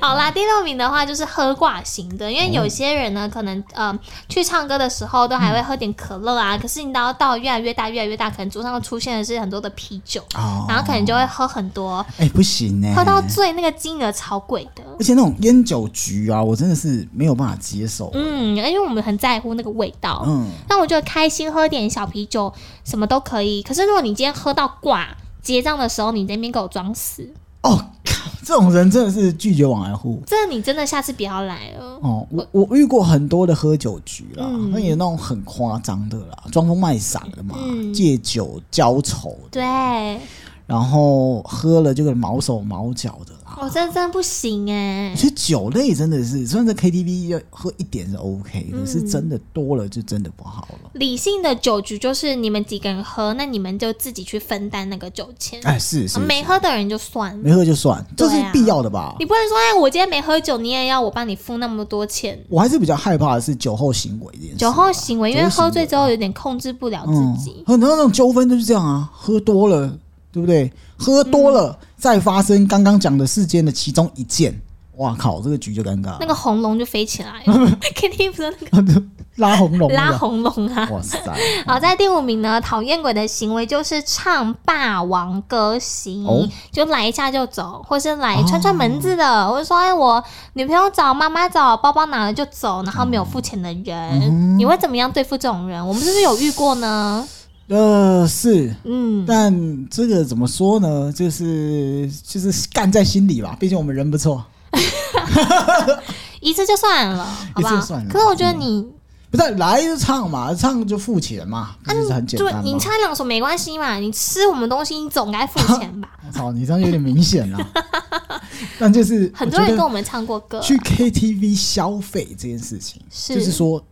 Speaker 2: 好
Speaker 1: 嗯
Speaker 2: 啦，第六名的话就是喝挂型的，因为
Speaker 1: 哦
Speaker 2: 有些人呢，可能呃去唱歌的时候都还会喝点可乐
Speaker 1: 嗯
Speaker 2: 啊，可是你到到越来越大越来越大，可能桌上出现的是很多的啤酒，
Speaker 1: 哦，
Speaker 2: 然后可能就会喝很多，
Speaker 1: 哎、不行呢、
Speaker 2: 喝到醉那个金额超贵的。
Speaker 1: 而且那种烟酒局啊，我真的是没有办法接受。
Speaker 2: 嗯，因为我们很在乎那个味道，
Speaker 1: 嗯，
Speaker 2: 那我觉得开心喝点小啤酒，什么都可以。可是如果你今天喝到挂，结账的时候你在那边给我装死，
Speaker 1: 哦， 靠这种人真的是拒绝往来户。
Speaker 2: 这你真的下次不要来了。
Speaker 1: 哦，我我遇过很多的喝酒局啦，
Speaker 2: 嗯
Speaker 1: 那、有那种很夸张的啦，装疯卖傻的嘛，
Speaker 2: 嗯
Speaker 1: 借酒浇愁，
Speaker 2: 对，
Speaker 1: 然后喝了这个毛手毛脚的啦。
Speaker 2: 我、这哦真的不行哎、
Speaker 1: 其实酒类真的是，虽然在 KTV 要喝一点是 OK 的，
Speaker 2: 嗯
Speaker 1: 是真的多了就真的不好了。
Speaker 2: 理性的酒局就是你们几个人喝，那你们就自己去分担那个酒钱，
Speaker 1: 哎，是是，
Speaker 2: 嗯没
Speaker 1: 是
Speaker 2: 喝的人就算了。
Speaker 1: 没喝就算，这是
Speaker 2: 对啊
Speaker 1: 必要的吧？
Speaker 2: 你不能说哎，我今天没喝酒，你也要我帮你付那么多钱。
Speaker 1: 我还是比较害怕的是酒后行为这件事。啊
Speaker 2: 酒后行为，因
Speaker 1: 酒
Speaker 2: 为
Speaker 1: 后行为
Speaker 2: 喝醉之后有点控制不了
Speaker 1: 嗯
Speaker 2: 自己，。
Speaker 1: 很多那种纠纷就是这样啊，喝多了，对不对？喝多了、再发生刚刚讲的事件的其中一件，哇靠，这个局就尴尬了，
Speaker 2: 那个红龙就飞起来 了。KTV 不是那
Speaker 1: 拉红龙的，
Speaker 2: 个 拉红龙啊，
Speaker 1: 哇塞，
Speaker 2: 好，在第五名呢，讨厌鬼的行为就是唱霸王歌型，
Speaker 1: 哦
Speaker 2: 就来一下就走，或是来串串门子的，
Speaker 1: 哦
Speaker 2: 或者说哎，我女朋友找妈妈找包包拿了就走，然后没有付钱的
Speaker 1: 嗯
Speaker 2: 人，你会怎么样对付这种人？我们是不是有遇过 呢？
Speaker 1: 呃是。
Speaker 2: 嗯，
Speaker 1: 但这个怎么说呢？就是就是干在心里吧，毕竟我们人不错。
Speaker 2: 一次就算了，好不
Speaker 1: 一次
Speaker 2: 好
Speaker 1: 就算？了嗯
Speaker 2: 可是我觉得你，
Speaker 1: 不是来就唱嘛，唱就付钱嘛，不是很简
Speaker 2: 就
Speaker 1: 单
Speaker 2: 啊你
Speaker 1: 吗？
Speaker 2: 差两手没关系嘛，你吃我们东西，你总该付钱吧？
Speaker 1: 我操，你这样有点明显了。 但就是
Speaker 2: 很
Speaker 1: 我
Speaker 2: 多
Speaker 1: 觉
Speaker 2: 人
Speaker 1: 得
Speaker 2: 跟我们唱过歌啊，
Speaker 1: 去 KTV 消费这件事情，
Speaker 2: 是
Speaker 1: 就是说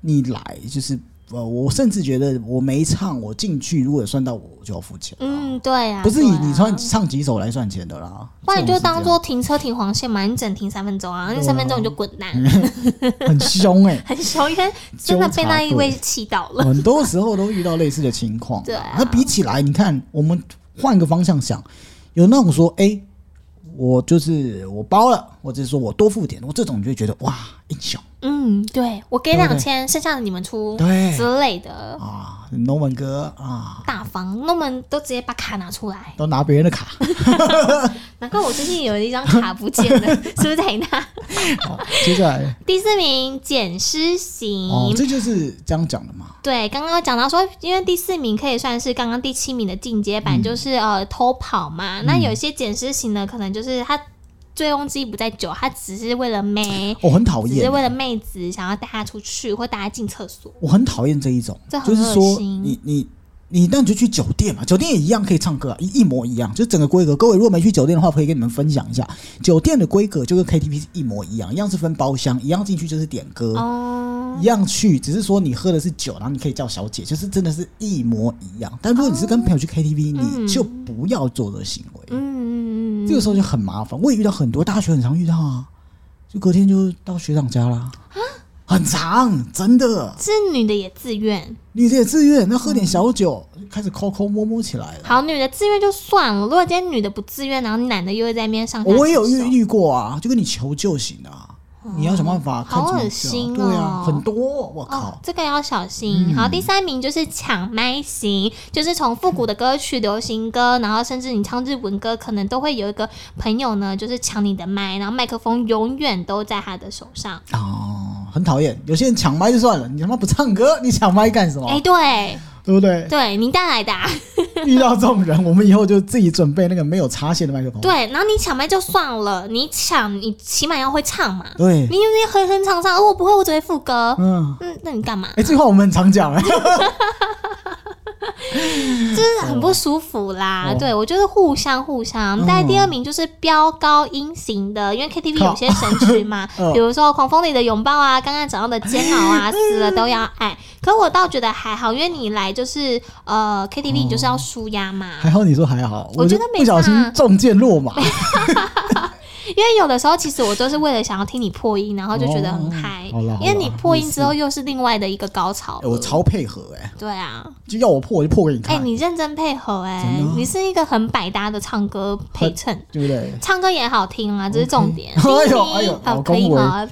Speaker 1: 你来就是呃，我甚至觉得我没唱，我进去如果有算到我，我就要付钱了。
Speaker 2: 嗯，对啊，
Speaker 1: 不是以
Speaker 2: 对啊
Speaker 1: 你唱唱几首来算钱的啦，
Speaker 2: 不然你
Speaker 1: 这
Speaker 2: 就
Speaker 1: 种
Speaker 2: 当
Speaker 1: 是这样
Speaker 2: 做停车停黄线嘛，你只能停三分钟啊，那
Speaker 1: 对啊
Speaker 2: 三分钟你就滚蛋，
Speaker 1: 很凶哎、
Speaker 2: 很凶，因欸为真的被那一位气到 了。
Speaker 1: 很多时候都遇到类似的情况。
Speaker 2: 对啊
Speaker 1: 那比起来，你看，我们换个方向想，有那种说，哎、我就是我包了，或者是说我多付点，我这种你就会觉得哇，英雄
Speaker 2: 嗯，对，我给
Speaker 1: 对
Speaker 2: 两千，剩下的你们出，
Speaker 1: 对
Speaker 2: 之类的，
Speaker 1: 啊，龙门哥啊，
Speaker 2: 大方，那我们都直接把卡拿出来。
Speaker 1: 都拿别人的卡，
Speaker 2: 难怪我最近有一张卡不见 了，是不是在你那？
Speaker 1: 好接下来
Speaker 2: 第四名，捡尸型。
Speaker 1: 哦，这就是这样讲的嘛。
Speaker 2: 对，刚刚讲到说，因为第四名可以算是刚刚第七名的进阶版，
Speaker 1: 嗯
Speaker 2: 就是呃偷跑嘛。那有些捡尸型呢，可能就是他醉翁之意不在酒，他只是为了妹，
Speaker 1: 我很讨
Speaker 2: 只是
Speaker 1: 厌，
Speaker 2: 为了妹子想要带她出去或带她进厕所。
Speaker 1: 我很讨厌这一种
Speaker 2: 这，
Speaker 1: 就
Speaker 2: 很
Speaker 1: 是说
Speaker 2: 恶心
Speaker 1: 你你。你那你就去酒店嘛，酒店也一样可以唱歌、啊，一一模一样，就整个规格。各位如果没去酒店的话，可以跟你们分享一下，酒店的规格就跟 KTV 是一模一样，一样是分包厢，一样进去就是点歌，
Speaker 2: 哦，
Speaker 1: 一样去，只是说你喝的是酒，然后你可以叫小姐，就是真的是一模一样。但如果你是跟朋友去 KTV，、
Speaker 2: 嗯
Speaker 1: 你就不要做这个行为，
Speaker 2: 嗯嗯嗯
Speaker 1: 这个时候就很麻烦。我也遇到很多大学很常遇到啊，就隔天就到学长家
Speaker 2: 啊
Speaker 1: 啦，很长，真的。
Speaker 2: 是女的也自愿，
Speaker 1: 女的也自愿，那喝
Speaker 2: 嗯
Speaker 1: 点小酒，开始抠抠摸摸起来了。
Speaker 2: 好，女的自愿就算了。如果今天女的不自愿，然后男的又会在那边上下
Speaker 1: 我也有
Speaker 2: 其手哦
Speaker 1: 遇遇过啊，就跟你求救型的、啊，你要想办法看
Speaker 2: 好
Speaker 1: 怎么
Speaker 2: 恶
Speaker 1: 救
Speaker 2: 心
Speaker 1: 对啊
Speaker 2: 哦，
Speaker 1: 很多，我靠。
Speaker 2: 哦，这个要小
Speaker 1: 嗯
Speaker 2: 心。好，第三名就是抢麦型，就是从复古的歌曲、流行歌，然后甚至你唱日文歌，可能都会有一个朋友呢，就是抢你的麦，然后麦克风永远都在他的手上。
Speaker 1: 哦，很讨厌。有些人抢麦就算了，你他妈不唱歌，你抢麦干什么？
Speaker 2: 哎、对
Speaker 1: 对不对？
Speaker 2: 对，你带来的、啊，
Speaker 1: 遇到这种人，我们以后就自己准备那个没有插线的麦克风。
Speaker 2: 对，然后你抢麦就算了，你抢你起码要会唱嘛，
Speaker 1: 对
Speaker 2: 你有没有哼哼唱唱？哦，我不会，我只会副歌。
Speaker 1: 嗯，
Speaker 2: 嗯，那你干嘛
Speaker 1: 哎、？这话我们很常讲哎、
Speaker 2: 就是很不舒服啦。
Speaker 1: 嗯哦嗯
Speaker 2: 对我就是互相互相。但第二名就是飙高音型的，因为 KTV
Speaker 1: 靠
Speaker 2: 有些神曲嘛
Speaker 1: 嗯，
Speaker 2: 比如说《狂风里的拥抱》啊，刚刚讲到的《煎熬》啊，《死了都要爱》。
Speaker 1: 嗯
Speaker 2: 可我倒觉得还好，因为你来就是呃 KTV 你就是要舒压嘛。
Speaker 1: 还好你说还好，
Speaker 2: 我
Speaker 1: 就
Speaker 2: 觉得啊没
Speaker 1: 不小心
Speaker 2: 差
Speaker 1: 中箭落马。哎
Speaker 2: 因为有的时候其实我都是为了想要听你破音，然后就觉得很
Speaker 1: 哦
Speaker 2: 嗨、
Speaker 1: 好啦好啦
Speaker 2: 因为你破音之后又是另外的一个高潮
Speaker 1: 哎我
Speaker 2: 了。
Speaker 1: 超配合哎、
Speaker 2: 对啊，
Speaker 1: 就要我破我就破给你
Speaker 2: 哎、
Speaker 1: 看，
Speaker 2: 你认真配合哎、
Speaker 1: 真的啊
Speaker 2: 你是一个很百搭的唱歌陪衬。
Speaker 1: 对不对？
Speaker 2: 唱歌也好听啊，这是重点。
Speaker 1: OK
Speaker 2: 第 一
Speaker 1: 哎呦哎
Speaker 2: 名
Speaker 1: 呦，
Speaker 2: 好
Speaker 1: 老
Speaker 2: 可以
Speaker 1: 恭维
Speaker 2: 吗？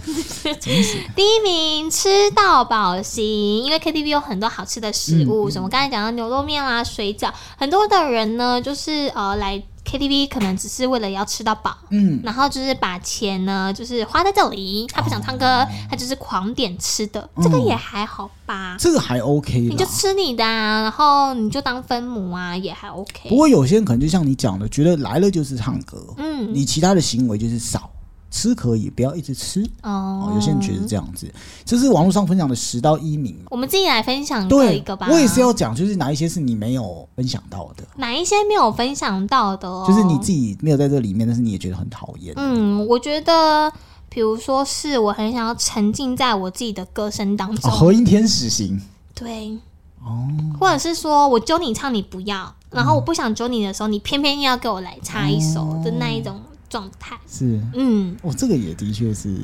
Speaker 2: 第一名吃到饱型，因为 KTV 有很多好吃的食
Speaker 1: 嗯
Speaker 2: 物，什么刚才讲到牛肉面啦、水饺，很多的人呢就是呃来 KTV 可能只是为了要吃到饱。
Speaker 1: 嗯，
Speaker 2: 然后就是把钱呢，就是花在这里。他不想唱歌，
Speaker 1: 哦
Speaker 2: 他就是狂点吃的，这个也还好吧。
Speaker 1: 这个还 OK
Speaker 2: 你就
Speaker 1: 啦。
Speaker 2: 吃你的、啊，然后你就当分母啊，也还 OK
Speaker 1: 不。过有些人可能就像你讲的，觉得来了就是唱歌，
Speaker 2: 嗯，
Speaker 1: 你其他的行为就是少吃可以，不要一直吃。
Speaker 2: 哦
Speaker 1: 哦，有些人觉得这样子，这是网络上分享的十到一名。
Speaker 2: 我们自己来分享这嗯一
Speaker 1: 对
Speaker 2: 个吧。，
Speaker 1: 我也是要讲，就是哪一些是你没有分享到的，
Speaker 2: 哪一些没有分享到的哦？
Speaker 1: 就是你自己没有在这里面，但是你也觉得很讨厌。哦
Speaker 2: 嗯，我觉得，比如说是我很想要沉浸在我自己的歌声当
Speaker 1: 哦，
Speaker 2: 中，
Speaker 1: 合音天使型，
Speaker 2: 对，哦，或者是说我揪你唱你不要，然后我不想揪你的时候，你偏偏要给我来插一首的那一种状态。
Speaker 1: 是，
Speaker 2: 嗯，
Speaker 1: 哦，这个也的确是。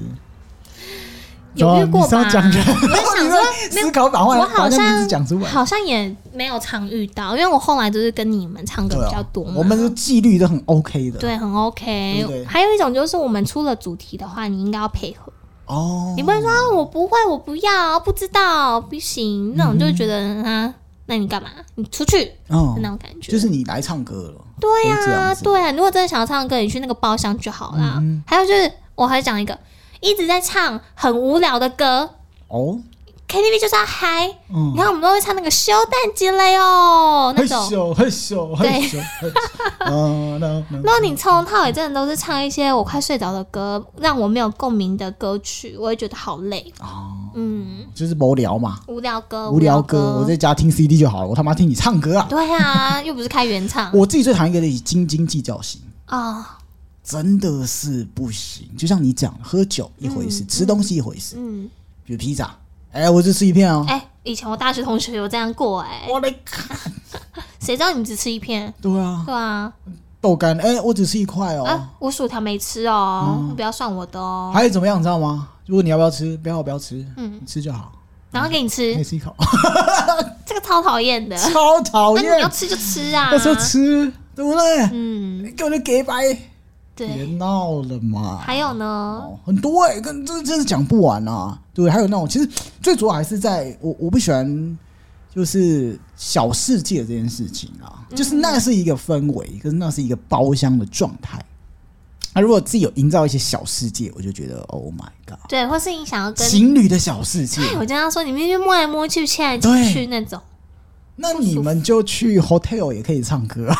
Speaker 2: 有遇
Speaker 1: 哦
Speaker 2: 过
Speaker 1: 你是要
Speaker 2: 吧？
Speaker 1: 讲人，
Speaker 2: 我就 想说，
Speaker 1: 思考把话
Speaker 2: 我
Speaker 1: 把
Speaker 2: 好
Speaker 1: 那名字
Speaker 2: 像
Speaker 1: 讲出来。
Speaker 2: 好像也没有常遇到，因为我后来就是跟你们唱歌比较多嘛。
Speaker 1: 啊我们的纪律都很 OK 的。
Speaker 2: 对，很 OK。
Speaker 1: 对不对
Speaker 2: 还有一种就是，我们出了主题的话，你应该要配合，
Speaker 1: 哦，
Speaker 2: 你不能说、啊、我不会，我不要，不知道，不行，那种就会觉得啊，那你干嘛？你出去
Speaker 1: 嗯
Speaker 2: 那种感觉。
Speaker 1: 就是你来唱歌了，
Speaker 2: 对
Speaker 1: 就是这
Speaker 2: 呀、
Speaker 1: 样子嗯
Speaker 2: 对、啊，如果真的想要唱歌，你去那个包厢就好啦。还有就是，我还讲一个，一直在唱很无聊的歌
Speaker 1: 哦，
Speaker 2: ，KTV 就是要嗨，
Speaker 1: 嗯，
Speaker 2: 然后我们都会唱那个修蛋鸡肋哦那
Speaker 1: 嘿
Speaker 2: 种。
Speaker 1: 咻嘿咻嘿咻嘿咻，嗯，那那
Speaker 2: 如果你从头到尾真的都是唱一些我快睡着的歌，让我没有共鸣的歌曲，我会觉得好累。
Speaker 1: 哦，
Speaker 2: 嗯，
Speaker 1: 就是无聊嘛，
Speaker 2: 哦无聊歌，
Speaker 1: 无聊歌，
Speaker 2: 歌，
Speaker 1: 我在家听 CD 就好了，我他妈听你唱歌啊！
Speaker 2: 对啊，又不是开 原唱
Speaker 1: 我自己最讨厌一个斤斤计较型，
Speaker 2: 啊、
Speaker 1: 真的是不行。就像你讲，喝酒一回事，吃东西一回事，
Speaker 2: 嗯，
Speaker 1: 比如披萨，哎，我就吃一片哦，
Speaker 2: 哎、以前我大学同学有这样过、哎，
Speaker 1: 我来看，
Speaker 2: 谁知道你只吃一片？
Speaker 1: 对啊，
Speaker 2: 对啊，
Speaker 1: 豆干，哎，我只吃一块哦，嗯
Speaker 2: 啊，我薯条没吃哦，不要算我的哦。
Speaker 1: 还有怎么样，你知道吗？如果你要不要吃，不要我不要吃，
Speaker 2: 嗯
Speaker 1: 你吃就好，
Speaker 2: 然后给你
Speaker 1: 你也
Speaker 2: 吃，
Speaker 1: 吃一口，
Speaker 2: 这个超讨厌的。
Speaker 1: 超讨
Speaker 2: 那你要
Speaker 1: 厌。
Speaker 2: 吃就吃 啊
Speaker 1: 那。时候吃，对不对？
Speaker 2: 嗯，
Speaker 1: 给我就给白，别
Speaker 2: 对。
Speaker 1: 闹了嘛。
Speaker 2: 还有呢，
Speaker 1: 哦很多哎、跟这真是讲不完啊。对，还有那种，其实最主要还是在我我不喜欢就是小世界这件事情啊，
Speaker 2: 嗯
Speaker 1: 就是那是一个氛围，可是那是一个包厢的状态。那、如果自己有营造一些小世界，我就觉得 Oh my God，
Speaker 2: 对，或是你想要跟啊哎
Speaker 1: 情侣的小世 界。
Speaker 2: 我跟他说，你们就摸来摸去，牵来
Speaker 1: 对
Speaker 2: 牵去那种，
Speaker 1: 那你们就去 hotel 也可以唱 歌，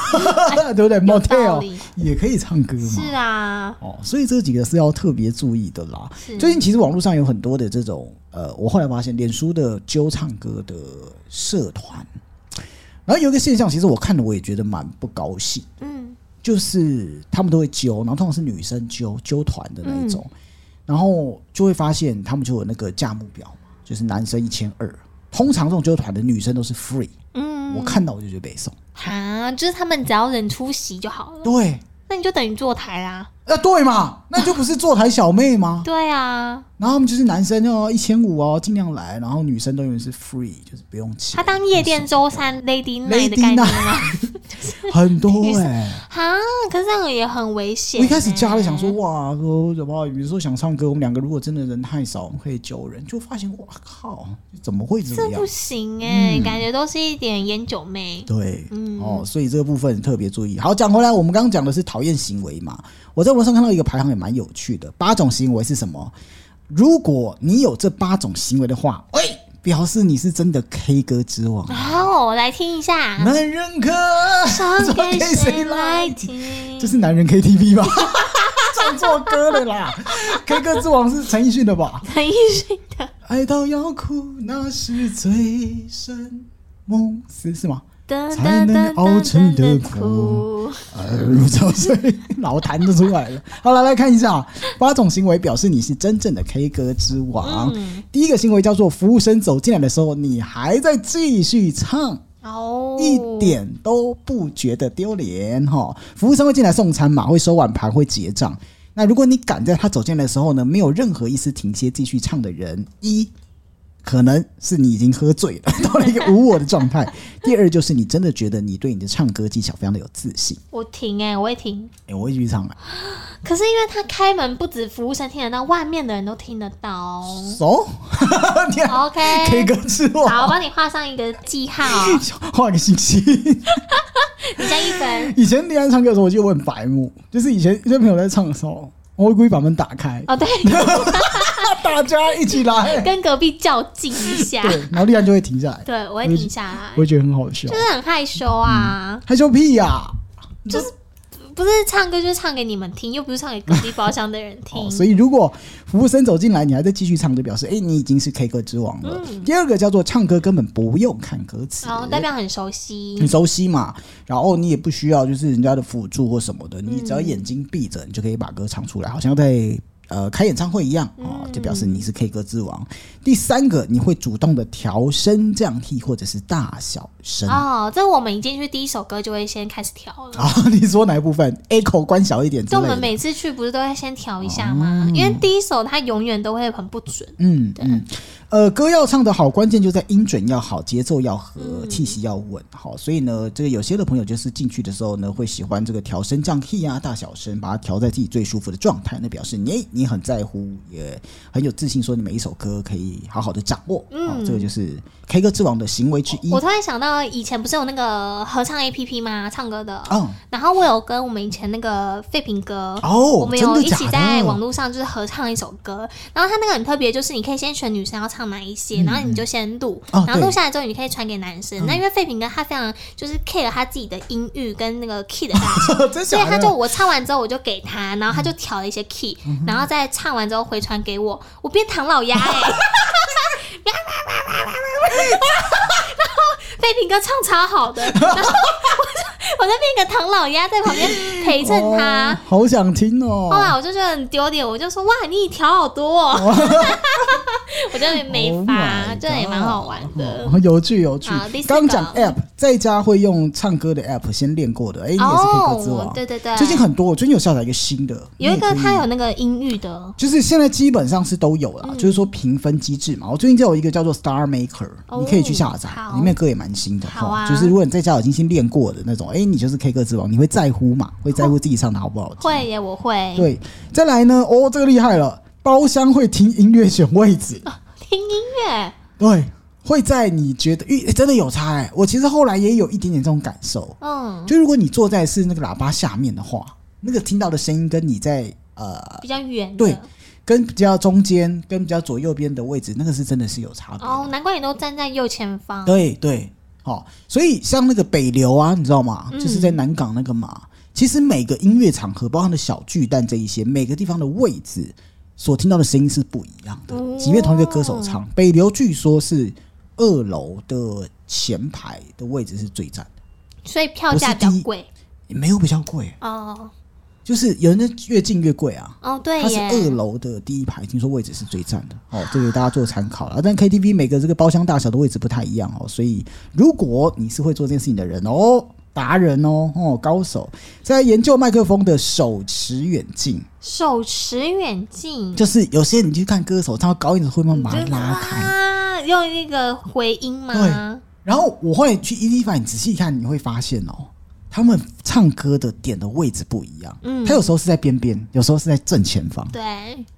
Speaker 1: 对不对
Speaker 2: 哎有道
Speaker 1: ？motel
Speaker 2: 理
Speaker 1: 也可以唱歌嘛。
Speaker 2: 是啊，
Speaker 1: 哦，所以这几个是要特别注意的啦。
Speaker 2: 是
Speaker 1: 最近其实网络上有很多的这种，呃，我后来发现脸书的揪唱歌的社团，然后有一个现象，其实我看了我也觉得蛮不高兴，
Speaker 2: 嗯
Speaker 1: 就是他们都会揪，然后通常是女生揪揪团的那一种，
Speaker 2: 嗯
Speaker 1: 然后就会发现他们就有那个价目表嘛，就是男生一千二，通常这种揪团的女生都是 free，
Speaker 2: 嗯，
Speaker 1: 我看到我就觉得被送，
Speaker 2: 啊，就是他们只要人出席就好了，
Speaker 1: 对，
Speaker 2: 那你就等于坐台啦，
Speaker 1: 那、对嘛，那就不是坐台小妹吗？
Speaker 2: 对啊，
Speaker 1: 然后他们就是男生要一千五哦，尽量来，然后女生都永远是 free，就是不用钱
Speaker 2: 他。当夜店周三 Lady Night 的
Speaker 1: Lady
Speaker 2: 概念啊
Speaker 1: Night
Speaker 2: 吗？
Speaker 1: 很多哎、
Speaker 2: 啊，可是这样也很危险、
Speaker 1: 我一开始加了想说，哇，说怎么，比如说想唱歌，我们两个如果真的人太少，我们可以揪人，就发现哇靠，怎么会这
Speaker 2: 这
Speaker 1: 样
Speaker 2: 不？行哎、感觉都是一点烟酒妹。
Speaker 1: 对，
Speaker 2: 嗯
Speaker 1: 哦，所以这个部分特别注意。好，讲回来，我们刚刚讲的是讨厌行为嘛，我在网上看到一个排行也蛮有趣的，八种行为是什么？如果你有这八种行为的话，喂，表示你是真的 K 歌之王。
Speaker 2: 啊好，我来听一下。
Speaker 1: 男人歌
Speaker 2: 唱
Speaker 1: 怎么
Speaker 2: 给
Speaker 1: 给
Speaker 2: 谁
Speaker 1: 谁
Speaker 2: 来
Speaker 1: 来？
Speaker 2: 听？
Speaker 1: 这是男人 KTV 吧？ 唱错歌了啦！K 歌之王是陈奕迅的吧？
Speaker 2: 陈奕迅的，
Speaker 1: 爱到要哭，那是醉生梦死，是吗？才能熬成的苦。呃，如潮水，老痰都出来了。好了，来看一下啊八种行为，表示你是真正的 K 歌之王。第一个行为叫做服务生走进来的时候，你还在继续唱。
Speaker 2: 哦，
Speaker 1: 一点都不觉得丢脸哈。服务生会进来送餐嘛，会收碗盘，会结账。那如果你赶在他走进来的时候呢，没有任何一丝停歇继续唱的人，一可能是你已经喝醉了， 到了一个无我的状态；第二就是你真的觉得你对你的唱歌技巧非常的有自信。
Speaker 2: 我停哎、我会停。
Speaker 1: 哎、我会继续唱啊。
Speaker 2: 可是因为他开门，不止服务生听得到，外面的人都听得到。
Speaker 1: 走、 你看
Speaker 2: OK，
Speaker 1: K 歌之
Speaker 2: 哦好，我
Speaker 1: 王，
Speaker 2: 帮你画上一个记号，
Speaker 1: 画个信息。
Speaker 2: 你加一分。
Speaker 1: 以前李安唱歌的时候，我记得我很白目，就是以前一些朋友在唱的时候，我会故意把门打开，
Speaker 2: 哦，对，
Speaker 1: 大家一起来。
Speaker 2: 跟隔壁较劲一下。
Speaker 1: 对，然后立安就会停下来，
Speaker 2: 对，我会停下来
Speaker 1: 我，会觉得很好笑
Speaker 2: 就，是很害羞啊。
Speaker 1: 害羞屁呀、
Speaker 2: 不是唱歌就是唱给你们听，又不是唱给隔壁包厢的人听。
Speaker 1: 哦，所以如果服务生走进来，你还在继续唱，就表示哎、你已经是 K 歌之王了。第二个叫做唱歌根本不用看歌词，
Speaker 2: 然后代表很熟悉
Speaker 1: 你，熟悉嘛，然后你也不需要就是人家的辅助或什么的，你只要眼睛闭着，你就可以把歌唱出来，好像在呃开演唱会一样哦，就表示你是 K 歌之王。第三个，你会主动的调升降替或者是大小声。
Speaker 2: 哦，这我们一进去第一首歌就会先开始调了。
Speaker 1: 啊，你说哪一部分？echo 关小一点之
Speaker 2: 就
Speaker 1: 类
Speaker 2: 我们
Speaker 1: 的。哦
Speaker 2: 每次去不是都会先调一下吗？因为第一首它永远都会很不准。
Speaker 1: 嗯嗯，呃，歌要唱得好，关键就在音准要好，节奏要和，
Speaker 2: 嗯
Speaker 1: 气息要稳。好，所以呢，这个有些的朋友就是进去的时候呢，会喜欢这个调升降 key 啊、大小声，把它调在自己最舒服的状态，那表示你你很在乎，也很有自信，说你每一首歌可以好好的掌握。嗯，这个就是 K 歌之王的行为之一
Speaker 2: 我。突然想到，以前不是有那个合唱 A P P 吗？唱歌的。
Speaker 1: 嗯
Speaker 2: 然后我有跟我们以前那个废品哥，
Speaker 1: 哦
Speaker 2: 我们有
Speaker 1: 真的
Speaker 2: 一
Speaker 1: 假
Speaker 2: 起
Speaker 1: 的
Speaker 2: 在网络上就是合唱一首歌。然后他那个很特别，就是你可以先选女生要唱哪一些，然后你就先录，
Speaker 1: 哦
Speaker 2: 然后录
Speaker 1: 对
Speaker 2: 下来之后你可以传给男生。那因为废品哥他非常就是 care 他自己的音域跟那个 key 的大小。
Speaker 1: 真
Speaker 2: 所以
Speaker 1: 假
Speaker 2: 他
Speaker 1: 的？
Speaker 2: 就我唱完之后我就给他，然后他就调了一些 key，、然后再唱完之后回传给我，我变唐老鸭哎、欸，然后被平哥唱超好的，然后我就我就变一个唐老鸭在旁边陪衬他
Speaker 1: 哦。好想听
Speaker 2: 后
Speaker 1: 哦。
Speaker 2: 来我就觉得很丢脸，我就说哇，你调好多、哦， 我就没
Speaker 1: Oh
Speaker 2: 发
Speaker 1: my，
Speaker 2: 这也蛮好玩的。
Speaker 1: 哦有趣有趣
Speaker 2: 好第。四个
Speaker 1: 刚讲 app，在家会用唱歌的 app 先练过的，哎、你也是
Speaker 2: 哦
Speaker 1: K 歌之王。
Speaker 2: 对对对，
Speaker 1: 最近很多，我最近有下载一个新的，
Speaker 2: 有一个
Speaker 1: 你也可
Speaker 2: 他
Speaker 1: 以
Speaker 2: 有那嗯个音域的，
Speaker 1: 就是现在基本上是都有啦，就是说评分机制嘛。我最近就有一个叫做 Star Maker，、
Speaker 2: 哦
Speaker 1: 你可以去下载，
Speaker 2: 好
Speaker 1: 里面歌也蛮新的。
Speaker 2: 好啊
Speaker 1: 哦就是如果你在家已经先练过的那种，哎、你就是 K 歌之王，你会在乎嘛？会在乎自己唱的好不好听？
Speaker 2: 会耶，我会
Speaker 1: 对，再来呢，哦，这个厉害了，包厢会听音乐选位置，
Speaker 2: 听音乐。
Speaker 1: 对，会在你觉得，咦、真的有差哎、我其实后来也有一点点这种感受，
Speaker 2: 嗯，
Speaker 1: 就如果你坐在是那个喇叭下面的话，那个听到的声音跟你在呃。
Speaker 2: 比较远的。
Speaker 1: 对跟比较中间、跟比较左右边的位置，那个是真的是有差别。
Speaker 2: 哦，难怪你都站在右前方。
Speaker 1: 对对，好、所以像那个北流啊，你知道吗？就是在南港那个嘛，其实每个音乐场合，包含的小巨蛋这一些，每个地方的位置所听到的声音是不一样的。
Speaker 2: 哦
Speaker 1: 即便同一个歌手唱，北流据说是二楼的前排的位置是最赞的，
Speaker 2: 所以票价比较贵。
Speaker 1: 也没有比较贵，
Speaker 2: 哦
Speaker 1: 就是有人的越近越贵啊。
Speaker 2: 哦，对
Speaker 1: 它是
Speaker 2: 耶。
Speaker 1: 二楼的第一排，听说位置是最占的哦，这给大家做参考了。但 KTV 每个这个包厢大小的位置不太一样哦，所以如果你是会做这件事情的人哦，达人哦，哦，高手，在研究麦克风的手持远近，
Speaker 2: 手持远近，
Speaker 1: 就是有些你去看歌手，他要高音的时候会慢慢
Speaker 2: 就
Speaker 1: 拉开。
Speaker 2: 啊，用那个回音吗
Speaker 1: 对？然后我后来去 ED 版，你仔细看，你会发现哦，他们唱歌的点的位置不一样，
Speaker 2: 嗯
Speaker 1: 他有时候是在边边，有时候是在正前方，
Speaker 2: 对，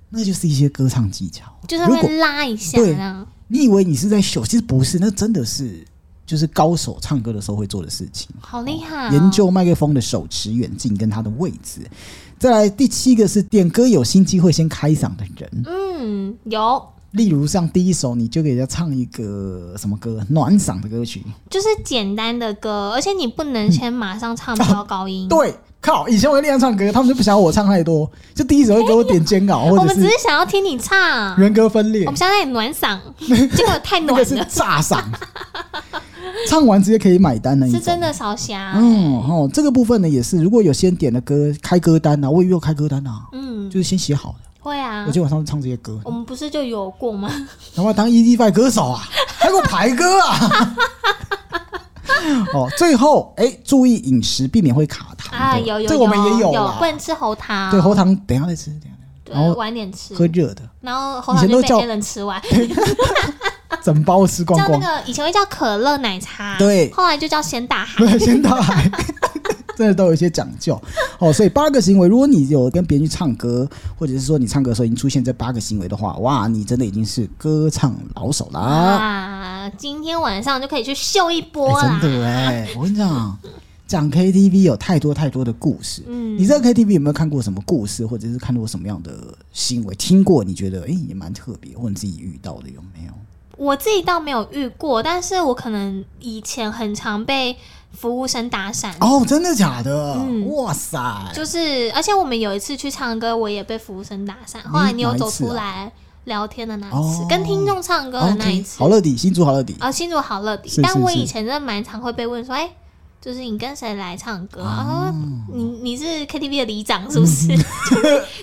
Speaker 1: 那就是一些歌唱技巧。
Speaker 2: 就是
Speaker 1: 如果
Speaker 2: 会拉一下
Speaker 1: 对
Speaker 2: 呢。
Speaker 1: 你以为你是在秀，其实不是，那真的是就是高手唱歌的时候会做的事情。
Speaker 2: 好厉害、哦！
Speaker 1: 研究麦克风的手持远近跟它的位置。再来第七个是点歌有心机会先开嗓的人，
Speaker 2: 嗯，有，
Speaker 1: 例如像第一首你就给人家唱一个什么歌暖嗓的歌曲，
Speaker 2: 就是简单的歌，而且你不能先马上唱飙高音。
Speaker 1: 对，靠！以前我在练唱歌，他们就不想要我唱太多，就第一首会给我点煎熬，
Speaker 2: 我
Speaker 1: 或者
Speaker 2: 们只
Speaker 1: 是
Speaker 2: 是想要听你唱，
Speaker 1: 人格分裂
Speaker 2: 我，们想让你暖 嗓，结果太
Speaker 1: 那
Speaker 2: 暖
Speaker 1: 个是
Speaker 2: 了，
Speaker 1: 炸嗓，唱完直接可以买单的一
Speaker 2: 是
Speaker 1: 种。
Speaker 2: 真的少侠。
Speaker 1: 嗯，哦，这个部分呢也是，如果有先点的歌开歌单啊，我也有开歌单啊，
Speaker 2: 嗯，
Speaker 1: 就是先写好的，
Speaker 2: 会啊
Speaker 1: 我，今天晚上就唱这些歌，
Speaker 2: 我们不是就有过吗？
Speaker 1: 他妈当 ED f 歌手啊，还给我排歌啊！ 哦，最后哎、注意饮食，避免会卡痰的
Speaker 2: 啊，有有
Speaker 1: 这个我们也
Speaker 2: 有
Speaker 1: 啦
Speaker 2: 不。能吃喉糖，
Speaker 1: 对，喉糖等一下再吃，等一下再
Speaker 2: 对
Speaker 1: 然后
Speaker 2: 晚点吃
Speaker 1: 吃，喝热的，
Speaker 2: 然后喉
Speaker 1: 以前
Speaker 2: 糖就
Speaker 1: 都
Speaker 2: 被
Speaker 1: 叫
Speaker 2: a l 吃完，
Speaker 1: 整包吃光
Speaker 2: 叫那
Speaker 1: 光，
Speaker 2: 个以前会叫可乐奶茶，
Speaker 1: 对
Speaker 2: 后来就叫咸 打海。
Speaker 1: 对，先到 海。真的都有一些讲究哦，所以八个行为，如果你有跟别人去唱歌，或者是说你唱歌的时候已经出现这八个行为的话，哇，你真的已经是歌唱老手啦！
Speaker 2: 啊，今天晚上就可以去秀一波
Speaker 1: 哎、
Speaker 2: 啦！
Speaker 1: 真的哎、我跟你讲，讲 KTV 有太多太多的故事。
Speaker 2: 嗯
Speaker 1: 你在 KTV 有没有看过什么故事，或者是看过什么样的行为？听过你觉得哎、也蛮特别，或者你自己遇到的有没有？
Speaker 2: 我自己倒没有遇过，但是我可能以前很常被服务生打闪。
Speaker 1: 哦，真的假的？
Speaker 2: 嗯
Speaker 1: 哇塞！
Speaker 2: 就是，而且我们有一次去唱歌，我也被服务生打
Speaker 1: 嗯
Speaker 2: 散。后来你有
Speaker 1: 哪一
Speaker 2: 走
Speaker 1: 次
Speaker 2: 出
Speaker 1: 啊
Speaker 2: 来聊天的那一次，
Speaker 1: 哦
Speaker 2: 跟听众唱歌的那一
Speaker 1: OK，
Speaker 2: 次，
Speaker 1: 好乐迪，新竹好乐迪，
Speaker 2: 啊，新竹好乐迪。
Speaker 1: 是是
Speaker 2: 但我以
Speaker 1: 是
Speaker 2: 前真的蛮常会被问说，哎、就是你跟谁来唱
Speaker 1: 哦
Speaker 2: 歌啊？你你是 KTV 的里长是不是？就是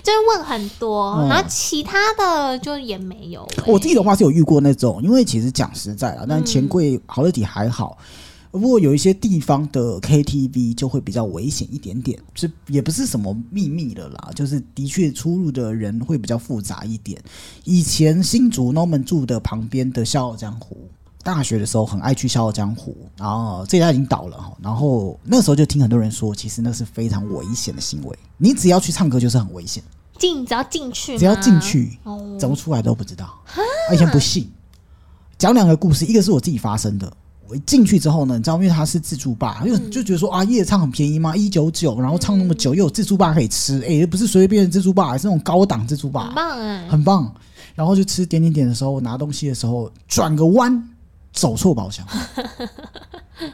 Speaker 2: 就是问很多，
Speaker 1: 嗯
Speaker 2: 然后其他的就也没有、哎
Speaker 1: 我自己的话是有遇过那种，因为其实讲实在啦，但钱柜好乐迪还好。不过有一些地方的 KTV 就会比较危险一点点，这也不是什么秘密了啦，就是的确出入的人会比较复杂一点。以前新竹 Norman 住的旁边的笑傲江湖，大学的时候很爱去笑傲江湖，然后这家已经倒了哈，然后那时候就听很多人说，其实那是非常危险的行为，你只要去唱歌就是很危险，
Speaker 2: 进只要进去吗，
Speaker 1: 只要进去
Speaker 2: 哦，
Speaker 1: 怎么出来都不知道。啊我以前不信。讲两个故事，一个是我自己发生的。我一进去之后呢，你知道，因为它是自助吧，就就觉得说啊，夜唱很便宜吗？一九九，然后唱那么久，又有自助吧可以吃，哎、又不是随随便便的自助吧，是那种高档自助
Speaker 2: 很
Speaker 1: 吧，
Speaker 2: 棒哎、
Speaker 1: 很棒。然后就吃点点点的时候，拿东西的时候转个弯，走错包厢。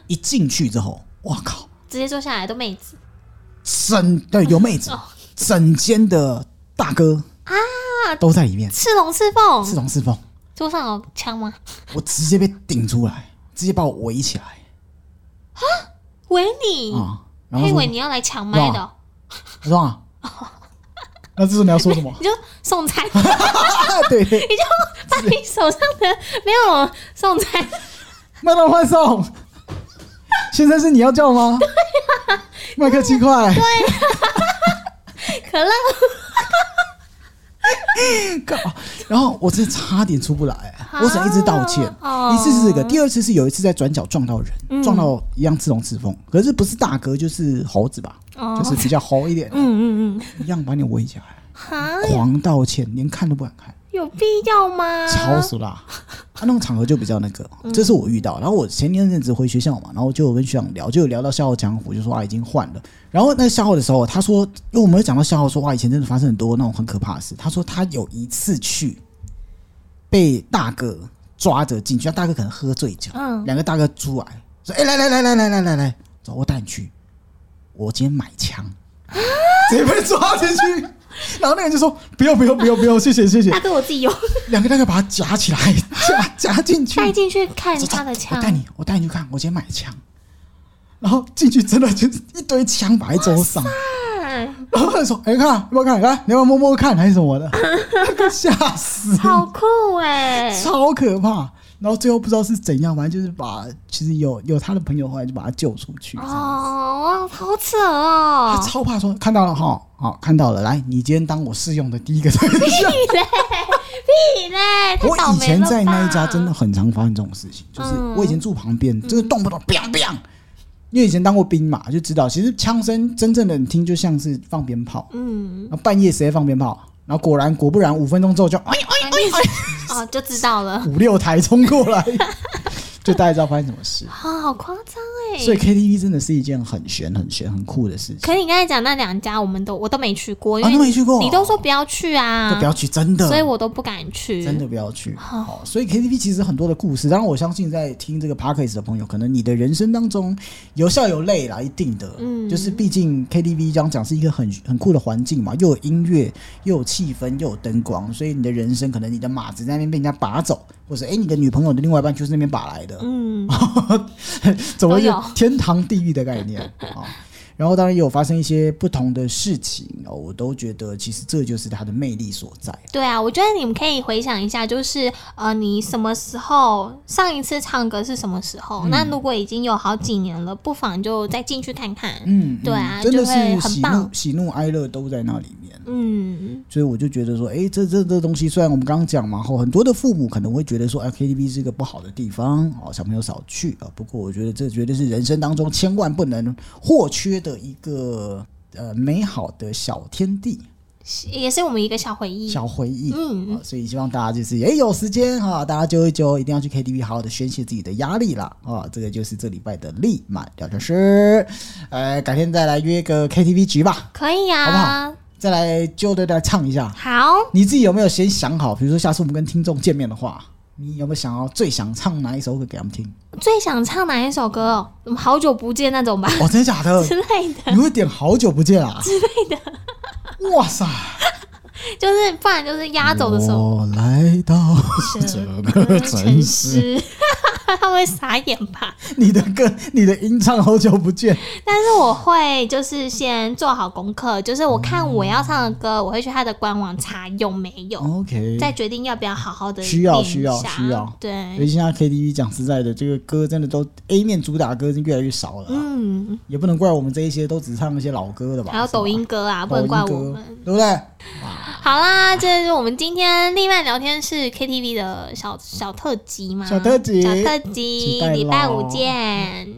Speaker 1: 一进去之后，哇靠，
Speaker 2: 直接坐下来都妹子
Speaker 1: 整对有妹子，整间的大哥啊都在里面，
Speaker 2: 赤龙赤凤，
Speaker 1: 是龙是凤。
Speaker 2: 桌上有枪吗？
Speaker 1: 我直接被顶出来，直接把我围起来
Speaker 2: 维你，
Speaker 1: 啊！然
Speaker 2: 他
Speaker 1: 后
Speaker 2: 以
Speaker 1: 说啊
Speaker 2: 为你要来抢麦的哦，
Speaker 1: 我说啊， 那这是你要说什么？
Speaker 2: 你就送餐，
Speaker 1: 啊 对，
Speaker 2: 把你手上的没有送餐，
Speaker 1: 麦当劳外送，先生是你要叫 吗？
Speaker 2: 啊
Speaker 1: 麦克鸡块，
Speaker 2: 可乐
Speaker 1: 干嘛然后我真的差点出不来，我只能一直道歉。
Speaker 2: 哦嗯
Speaker 1: 一次是这个，第二次是有一次在转角撞到人，撞到一样赤龙赤凤，可是不是大哥就是猴子吧，
Speaker 2: 哦
Speaker 1: 就是比较猴一点，
Speaker 2: 嗯嗯嗯，
Speaker 1: 一样把你围起来，
Speaker 2: 哈，
Speaker 1: 狂道歉，连看都不敢看。
Speaker 2: 有必要吗？
Speaker 1: 超俗啦！啊，那种场合就比较那个，这是我遇到。然后我前天阵子回学校嘛，然后就有跟学长聊，就有聊到《笑傲江湖》，就说啊已经换了。然后那笑傲的时候，他说，因为我们有讲到笑傲，说哇以前真的发生很多那种很可怕的事。他说他有一次去被大哥抓着进去，那大哥可能喝醉酒，
Speaker 2: 嗯
Speaker 1: 两个大哥出来说，哎、来来来来来来来来，走，我带你去，我今天买枪，直接被抓进去。然后那个人就说：“不用，不用，不用，不用，谢谢，谢谢。”
Speaker 2: 大哥，我自己有
Speaker 1: 两个大概把它夹起来， 夹夹进去。
Speaker 2: 带进去看
Speaker 1: 走走
Speaker 2: 他的
Speaker 1: 我带
Speaker 2: 枪，
Speaker 1: 你，我带你去看，我今天买枪。然后进去真的就是一堆枪摆在桌上，
Speaker 2: 嗯
Speaker 1: 然后他就说：“哎、看，要不要看？来，你要不要摸摸看，还是什么的？” 吓死，
Speaker 2: 好酷哎！
Speaker 1: 超可怕。然后最后不知道是怎样，反正就是把其实有有他的朋友后来就把他救出去。这样
Speaker 2: 哦，好扯
Speaker 1: 他
Speaker 2: 哦！
Speaker 1: 超怕说看到了哈，好看到了，来，你今天当我试用的第一个对象。
Speaker 2: 屁嘞，屁嘞！太
Speaker 1: 我
Speaker 2: 倒
Speaker 1: 以
Speaker 2: 霉了
Speaker 1: 前
Speaker 2: 吧嗯
Speaker 1: 在那一家真的很常发生这种事情，就是我以前住旁边，就是动不动 biang biang。因为以前当过兵嘛，就知道其实枪声真正的你听就像是放鞭炮，
Speaker 2: 嗯，
Speaker 1: 然后半夜谁在放鞭炮？然后果然果不然，五分钟之后就哎呦
Speaker 2: 那你哦就知道了。
Speaker 1: 五六台冲过来，就大家知道发生什么事。
Speaker 2: 啊，好夸张哎！
Speaker 1: 所以 KTV 真的是一件很悬、很悬、很酷的事情。
Speaker 2: 可你刚才讲那两家，我们都我都没去过，因
Speaker 1: 啊，
Speaker 2: 为
Speaker 1: 都没去过，
Speaker 2: 你都说不要去啊，
Speaker 1: 就不要去，真的，
Speaker 2: 所以我都不敢去。
Speaker 1: 真的不要去。好，所以 KTV 其实很多的故事，当然我相信在听这个 podcast 的朋友，可能你的人生当中有笑有泪啦，一定的。嗯，就是毕竟 KTV 这样讲是一个很很酷的环境嘛，又有音乐，又有气氛，又有灯光，所以你的人生可能你的马子在那边被人家拔走，或者哎、诶你的女朋友的另外一半就是那边拔来的，
Speaker 2: 嗯，
Speaker 1: 总而
Speaker 2: 都
Speaker 1: 言
Speaker 2: 有
Speaker 1: 之，天堂地狱的概念 啊。然后当然也有发生一些不同的事情哦，我都觉得其实这就是它的魅力所在。
Speaker 2: 对啊，我觉得你们可以回想一下，就是呃，你什么时候上一次唱歌是什么时候？
Speaker 1: 嗯
Speaker 2: 那如果已经有好几年了，不妨就再进去看看。
Speaker 1: 嗯，
Speaker 2: 对啊
Speaker 1: 嗯真的
Speaker 2: 就会
Speaker 1: 是
Speaker 2: 很
Speaker 1: 喜
Speaker 2: 棒
Speaker 1: 怒喜怒哀乐都在那里面，
Speaker 2: 嗯，
Speaker 1: 所以我就觉得说，哎，这这这东西，虽然我们刚刚讲嘛，后很多的父母可能会觉得说，哎，KTV 是一个不好的地方，哦，小朋友少去啊、不过我觉得这绝对是人生当中千万不能或缺的一个呃美好的小天地、
Speaker 2: 是也是我们一个小回忆。
Speaker 1: 小回忆。
Speaker 2: 嗯
Speaker 1: 啊，所以希望大家就是哎、有时间哈、大家揪一揪，一定要去 KTV 好好的宣泄自己的压力啦啊！这个就是这礼拜的力满聊天室，呃，改天再来约个 KTV 局吧。
Speaker 2: 可以
Speaker 1: 好不
Speaker 2: 啊
Speaker 1: 好，再来就的来唱一下。
Speaker 2: 好，
Speaker 1: 你自己有没有先想好？比如说下次我们跟听众见面的话，你有没有想要最想唱哪一首歌给他们听？
Speaker 2: 最想唱哪一首歌哦？我们好久不见那种吧
Speaker 1: 哦，真的假的？
Speaker 2: 之类的，
Speaker 1: 你会点好久不见啊之类的。哇塞！
Speaker 2: 就是不然就是压轴的时候。
Speaker 1: 我来到这个城市，
Speaker 2: 市， 他会傻眼吧？
Speaker 1: 你的歌，你的音唱好久不 见，
Speaker 2: 但是我会就是先做好功课，就是我看我要唱的歌，我会去他的官网查有没有，
Speaker 1: OK。
Speaker 2: 再决定要不要好好的
Speaker 1: 哦需要需要需要哎所
Speaker 2: 对，
Speaker 1: 以现在 KTV 讲实在的，这个歌真的都 A 面主打歌是越来越少了啊、
Speaker 2: 嗯，
Speaker 1: 也不能怪我们这一些都只唱一些老歌的吧？
Speaker 2: 还有
Speaker 1: 是吧
Speaker 2: 抖音歌啊，
Speaker 1: 抖
Speaker 2: 不能
Speaker 1: 音
Speaker 2: 怪
Speaker 1: 歌
Speaker 2: 我们。，
Speaker 1: 对不对？
Speaker 2: 好啦，这就是我们今天另外聊天室 KTV 的小小特辑嘛，
Speaker 1: 小特辑
Speaker 2: 小特
Speaker 1: 期
Speaker 2: 辑，
Speaker 1: 待咯
Speaker 2: 礼拜五见，